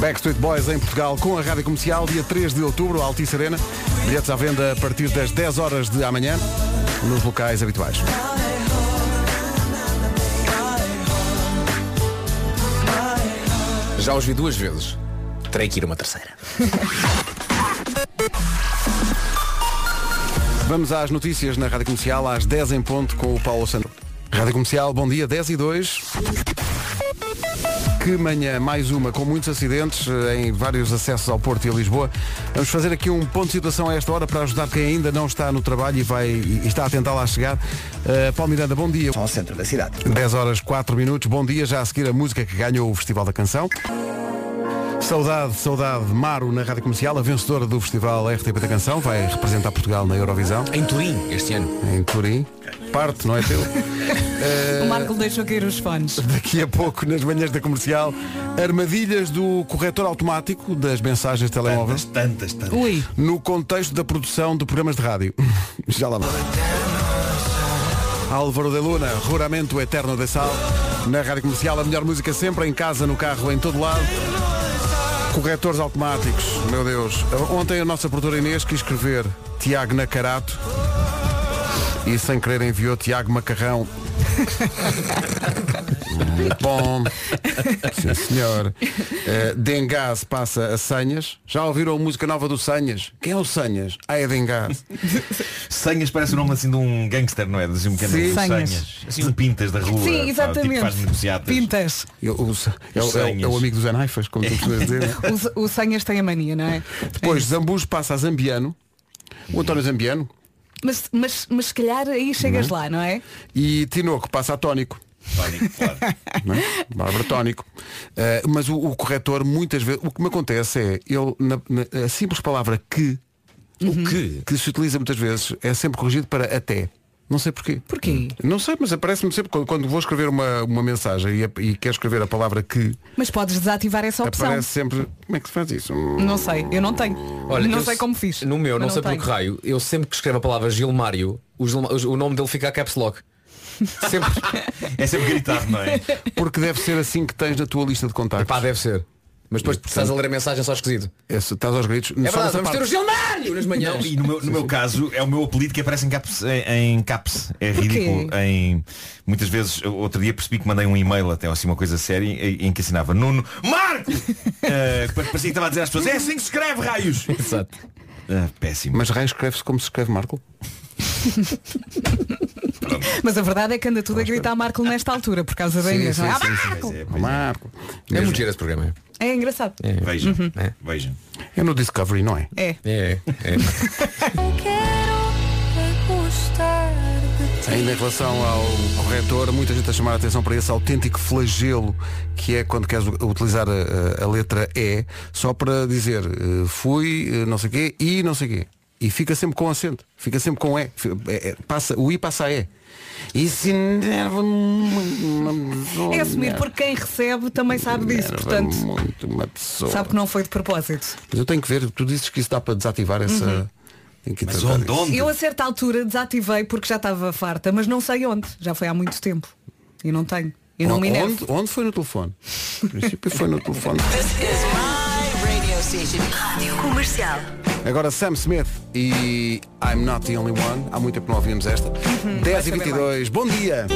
[SPEAKER 2] Backstreet Boys em Portugal com a Rádio Comercial, dia 3 de outubro, Altice Arena. Bilhetes à venda a partir das 10 horas de amanhã, nos locais habituais.
[SPEAKER 5] Já os vi duas vezes. Terei que ir uma terceira.
[SPEAKER 2] Vamos às notícias na Rádio Comercial, às 10 em ponto com o Paulo Sandro. Rádio Comercial, bom dia, 10 e 2. Que manhã, mais uma, com muitos acidentes eh, em vários acessos ao Porto e a Lisboa. Vamos fazer aqui um ponto de situação a esta hora para ajudar quem ainda não está no trabalho e, vai, e está a tentar lá chegar. Eh, Paulo Miranda, bom dia.
[SPEAKER 3] Ao centro da cidade.
[SPEAKER 2] 10 horas 4 minutos, bom dia. Já a seguir a música que ganhou o Festival da Canção. Saudade, saudade, Maro na Rádio Comercial, a vencedora do Festival RTP da Canção, vai representar Portugal na Eurovisão.
[SPEAKER 5] Em Turim, este ano.
[SPEAKER 2] Em Turim. Parte, não é teu?
[SPEAKER 4] O Marco deixou cair os fones.
[SPEAKER 2] Daqui a pouco, nas manhãs da comercial, armadilhas do corretor automático das mensagens de telemóvel.
[SPEAKER 14] Tantas, tantas.
[SPEAKER 4] Ui.
[SPEAKER 2] No contexto da produção de programas de rádio. <laughs> Já lá vai. Álvaro de Luna, Ruramento Eterno de Sal. Na rádio comercial, a melhor música sempre, em casa, no carro, em todo lado. Corretores automáticos, meu Deus. Ontem a nossa produtora Inês quis escrever Tiago Nacarato e sem querer enviou Tiago Macarrão. Bom, sim senhor. Eh, Dengás passa a Sanhas. Já ouviram a música nova do Sanhas? Quem é o Sanhas? Ah, é Dengás.
[SPEAKER 14] Sanhas parece o nome assim de um gangster, não é? De um
[SPEAKER 2] Sim.
[SPEAKER 14] pequeno
[SPEAKER 2] Sanhas.
[SPEAKER 14] Sanhas. Assim um pintas da rua.
[SPEAKER 4] Sim,
[SPEAKER 14] pá, o tipo que faz
[SPEAKER 4] exatamente.
[SPEAKER 14] negociatas.
[SPEAKER 4] Pintas.
[SPEAKER 2] Eu- o- É o, é o- é o amigo dos Anaifas, como tu costumas dizer. né?
[SPEAKER 4] O, Z- o Senhas tem a mania, não é?
[SPEAKER 2] Depois Zambujo passa a Zambiano. O António Zambiano.
[SPEAKER 4] Mas, mas, mas se calhar aí chegas lá, não é?
[SPEAKER 2] E Tinoco passa a Tónico. Não é? Bárbara Tónico. Eh, mas o, o corretor muitas vezes. O que me acontece é, ele, na, na- a simples palavra que,
[SPEAKER 5] o que,
[SPEAKER 2] que se utiliza muitas vezes, é sempre corrigido para até. Não sei porquê.
[SPEAKER 4] Porquê?
[SPEAKER 2] Não sei, mas aparece-me sempre quando, quando vou escrever uma, uma mensagem e, a- e quero escrever a palavra que
[SPEAKER 4] Mas podes desativar essa opção.
[SPEAKER 2] aparece sempre. Como é que se faz isso?
[SPEAKER 4] Não sei, eu não tenho. não sei como fiz.
[SPEAKER 5] No meu, não,
[SPEAKER 4] Mas
[SPEAKER 5] sei
[SPEAKER 4] não
[SPEAKER 5] por que
[SPEAKER 4] tenho.
[SPEAKER 5] raio, eu sempre que escrevo a palavra Gilmário, o, Gilma- o nome dele fica a caps
[SPEAKER 4] <laughs>
[SPEAKER 5] lock. Sempre.
[SPEAKER 14] é sempre gritar, não
[SPEAKER 5] <laughs>
[SPEAKER 14] é?
[SPEAKER 2] Porque deve ser assim que tens na tua lista de contactos. Pá,
[SPEAKER 5] deve ser. Mas depois estás a ler a mensagem só esquisito.
[SPEAKER 2] É, se estás aos gritos.
[SPEAKER 5] É verdade, vamos ter o Gilmário nas manhãs.
[SPEAKER 14] Não, e no meu, no meu caso é o meu apelido que aparece em caps. Em, em caps. É ridículo. Em, muitas vezes, eu- outro dia percebi que mandei um e-mail até assim uma coisa séria em, em que assinava Nuno
[SPEAKER 5] <laughs>
[SPEAKER 14] Marco! Eh, que parecia que estava a dizer às pessoas, é assim que se escreve, raios! Ah,
[SPEAKER 5] Exato.
[SPEAKER 14] péssimo.
[SPEAKER 2] Mas raio escreve-se como se escreve Marco?
[SPEAKER 4] Mas a verdade é que anda tudo a gritar Marco nesta altura por causa da Inês. não é? Ah, Marco!
[SPEAKER 2] Marco.
[SPEAKER 5] É muito giro esse programa.
[SPEAKER 4] É engraçado.
[SPEAKER 14] Vejam,
[SPEAKER 4] Uhum.
[SPEAKER 14] vejam.
[SPEAKER 2] É no Discovery, não é?
[SPEAKER 4] É.
[SPEAKER 5] É, <laughs>
[SPEAKER 2] Ainda em relação ao corretor, muita gente a chamar a atenção para esse autêntico flagelo que é quando queres u- utilizar a, a- a letra E só para dizer eh, fui eh, não sei quê e não sei quê. E fica sempre com acento, fica sempre com E. Fi- é- é- passa, o I passa a E. Isso
[SPEAKER 4] É
[SPEAKER 2] é
[SPEAKER 4] assumir porque quem recebe também sabe disso, portanto,
[SPEAKER 2] muito uma pessoa.
[SPEAKER 4] sabe que não foi de propósito.
[SPEAKER 2] Mas eu tenho que ver, tu dizes que isso dá para desativar essa.
[SPEAKER 4] Uhum.
[SPEAKER 2] Tenho que tratar disso.
[SPEAKER 4] Eu a certa altura desativei porque já estava farta, mas não sei onde, já foi há muito tempo. E não tenho. E não me enervo.
[SPEAKER 2] onde, onde foi no telefone? No princípio foi no telefone.
[SPEAKER 1] Rádio Comercial.
[SPEAKER 2] Agora Sam Smith e I'm Not the Only One. Há muito tempo que não ouvimos esta.
[SPEAKER 4] Uhum.
[SPEAKER 2] 10 e 22 bom dia!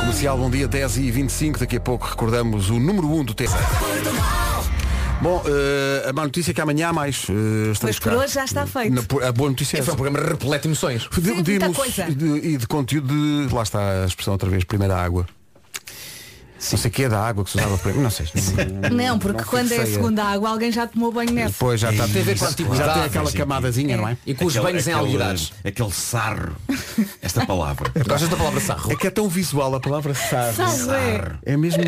[SPEAKER 2] Comercial, bom dia, 10 e 25 Daqui a pouco recordamos o número 1 do tempo. Bom, eh, a má notícia é que amanhã há mais. eh, estamos
[SPEAKER 4] Mas por
[SPEAKER 2] cá.
[SPEAKER 4] hoje já está feito.
[SPEAKER 2] Na po- a boa notícia é
[SPEAKER 5] Esse é um
[SPEAKER 2] essa.
[SPEAKER 5] programa repleto de emoções.
[SPEAKER 2] De, de
[SPEAKER 4] muita
[SPEAKER 2] emo-
[SPEAKER 4] coisa.
[SPEAKER 2] de- e de conteúdo de. Lá está a expressão outra vez, primeira água. Não sei o que é da água que se usava para. Não sei.
[SPEAKER 4] Não, porque quando é a
[SPEAKER 2] fixei a-
[SPEAKER 4] segunda água alguém já tomou banho nessa.
[SPEAKER 2] Depois já está.
[SPEAKER 14] Isso,
[SPEAKER 2] Tem a ver com a
[SPEAKER 14] claro.
[SPEAKER 2] antiguidade,
[SPEAKER 14] Já tem
[SPEAKER 2] tem aquela
[SPEAKER 14] sim.
[SPEAKER 2] camadazinha, não é?
[SPEAKER 5] E com os
[SPEAKER 14] Aquele-
[SPEAKER 5] banhos em
[SPEAKER 14] aquele- eh,
[SPEAKER 5] alguidades.
[SPEAKER 14] Aquele sarro. Esta
[SPEAKER 5] <laughs>
[SPEAKER 14] palavra.
[SPEAKER 5] Gostas da palavra sarro?
[SPEAKER 2] É que é tão visual a palavra sarro.
[SPEAKER 4] Sarro, é.
[SPEAKER 2] É mesmo.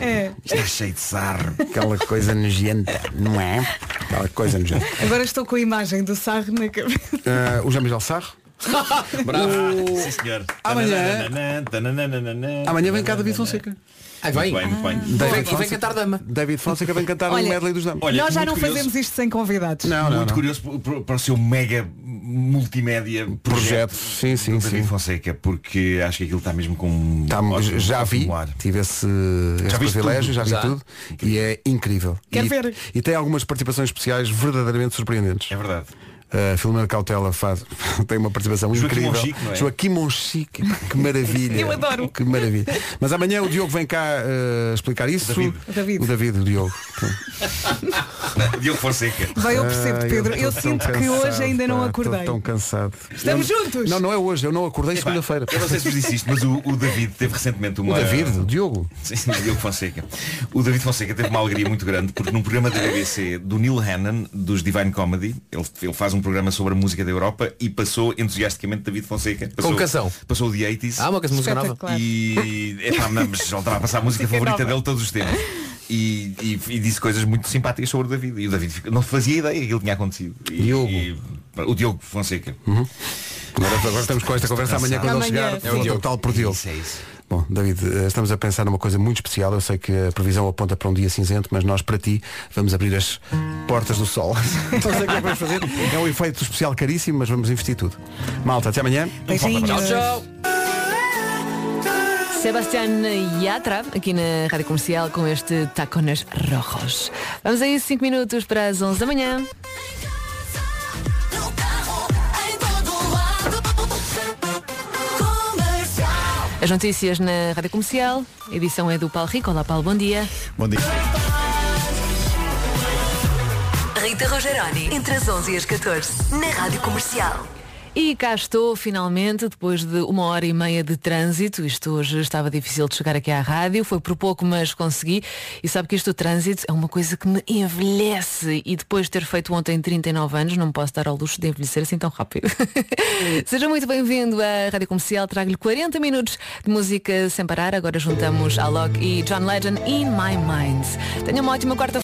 [SPEAKER 4] É.
[SPEAKER 2] Está cheio de sarro. Aquela coisa nojenta, não é? Aquela coisa nojenta.
[SPEAKER 4] Agora estou com a imagem do sarro na cabeça.
[SPEAKER 2] Ah, o Jean Miguel Sarro?
[SPEAKER 14] Bravo. Sim, senhor.
[SPEAKER 2] Amanhã-
[SPEAKER 14] Tananana.
[SPEAKER 2] Amanhã vem cá David Fonseca.
[SPEAKER 5] Ai, vem.
[SPEAKER 14] Muito bem, muito bem.
[SPEAKER 5] E vem- e vem cantar dama.
[SPEAKER 2] David Fonseca vem cantar
[SPEAKER 4] Olha,
[SPEAKER 2] o medley dos damas.
[SPEAKER 14] Olha,
[SPEAKER 4] Nós já
[SPEAKER 14] muito
[SPEAKER 4] não
[SPEAKER 14] curioso.
[SPEAKER 4] fazemos isto sem convidados.
[SPEAKER 14] muito curioso p- p- para o seu mega multimédia projeto, sim, sim, do David Fonseca, porque acho que aquilo está mesmo com
[SPEAKER 2] Tá,
[SPEAKER 14] ótimo-
[SPEAKER 2] já vi,
[SPEAKER 14] ótimo ar.
[SPEAKER 2] tive esse, esse
[SPEAKER 14] Já viste
[SPEAKER 2] privilégio,
[SPEAKER 14] tudo?
[SPEAKER 2] já vi
[SPEAKER 14] Já.
[SPEAKER 2] tudo e é incrível.
[SPEAKER 14] Quero
[SPEAKER 2] e,
[SPEAKER 14] ver.
[SPEAKER 2] e tem algumas participações especiais verdadeiramente surpreendentes.
[SPEAKER 14] É verdade.
[SPEAKER 2] A Filomena Cautela faz, <laughs> tem uma participação
[SPEAKER 14] Joaquim
[SPEAKER 2] incrível.
[SPEAKER 14] Monchique, não é?
[SPEAKER 2] Joaquim Monchique, que maravilha.
[SPEAKER 14] Eu adoro.
[SPEAKER 2] Que maravilha. Mas amanhã o Diogo vem cá eh, explicar isso.
[SPEAKER 14] David.
[SPEAKER 2] O David, o, Diogo.
[SPEAKER 14] Diogo Fonseca.
[SPEAKER 4] Vai, eu percebo,
[SPEAKER 2] Ai,
[SPEAKER 4] Pedro. Eu
[SPEAKER 2] Ah, tô
[SPEAKER 4] sinto
[SPEAKER 2] tão
[SPEAKER 4] que hoje
[SPEAKER 2] cansado,
[SPEAKER 4] ainda não
[SPEAKER 2] pá, tô
[SPEAKER 4] acordei.
[SPEAKER 2] tão cansado.
[SPEAKER 4] Estamos
[SPEAKER 2] Eu-
[SPEAKER 4] juntos!
[SPEAKER 2] Não, não é hoje, eu não acordei
[SPEAKER 14] Epá,
[SPEAKER 2] segunda-feira.
[SPEAKER 14] Eu não sei se vos disse isto, mas o, o David teve recentemente uma.
[SPEAKER 2] O David, o Diogo.
[SPEAKER 14] Sim, sim, o Diogo Fonseca. O David Fonseca teve uma alegria muito grande porque num programa da BBC do Neil Hannon, dos Divine Comedy, ele, ele faz um programa sobre a música da Europa e passou entusiasticamente David Fonseca. Passou,
[SPEAKER 5] Com canção.
[SPEAKER 14] Passou o The 80s.
[SPEAKER 5] Ah, uma canção- música nova.
[SPEAKER 14] Espetacular. E epá, não, mas ele estava a passar a música
[SPEAKER 5] Música
[SPEAKER 14] favorita
[SPEAKER 5] nova.
[SPEAKER 14] dele todos os tempos. E, e- e disse coisas muito simpáticas sobre o David. E o David ficou- não fazia ideia que aquilo tinha acontecido. E, Diogo. o Diogo Fonseca.
[SPEAKER 2] Agora, agora estamos com esta conversa amanhã quando ele chegar. É o total por Diogo. Bom, David, eh, estamos a pensar numa coisa muito especial. Eu sei que a previsão aponta para um dia cinzento, mas nós para ti vamos abrir as portas do sol. <laughs> Não sei o que é que vamos fazer. É um efeito especial caríssimo, mas vamos investir tudo. Malta, até amanhã.
[SPEAKER 20] Beijinhos.
[SPEAKER 2] Tchau, tchau.
[SPEAKER 20] Sebastián Yatra, aqui na Rádio Comercial, com este Tacones Rojos. Vamos aí, 5 minutos para as 11 da manhã. As notícias na Rádio Comercial, a edição é do Paulo Rico. Olá, Paulo, bom dia.
[SPEAKER 21] Bom dia.
[SPEAKER 1] Rita Rogeroni, entre as 11 e as 14, na Rádio Comercial.
[SPEAKER 20] E cá estou, finalmente, depois de uma hora e meia de trânsito. Isto hoje estava difícil de chegar aqui à rádio, foi por pouco, mas consegui. E sabe que isto do trânsito é uma coisa que me envelhece. E depois de ter feito ontem 39 anos, não me posso dar ao luxo de envelhecer assim tão rápido. <laughs> Seja muito bem-vindo à Rádio Comercial. Trago-lhe 40 minutos de música sem parar. Agora juntamos Alok e John Legend in My Mind. Tenha uma ótima quarta-feira.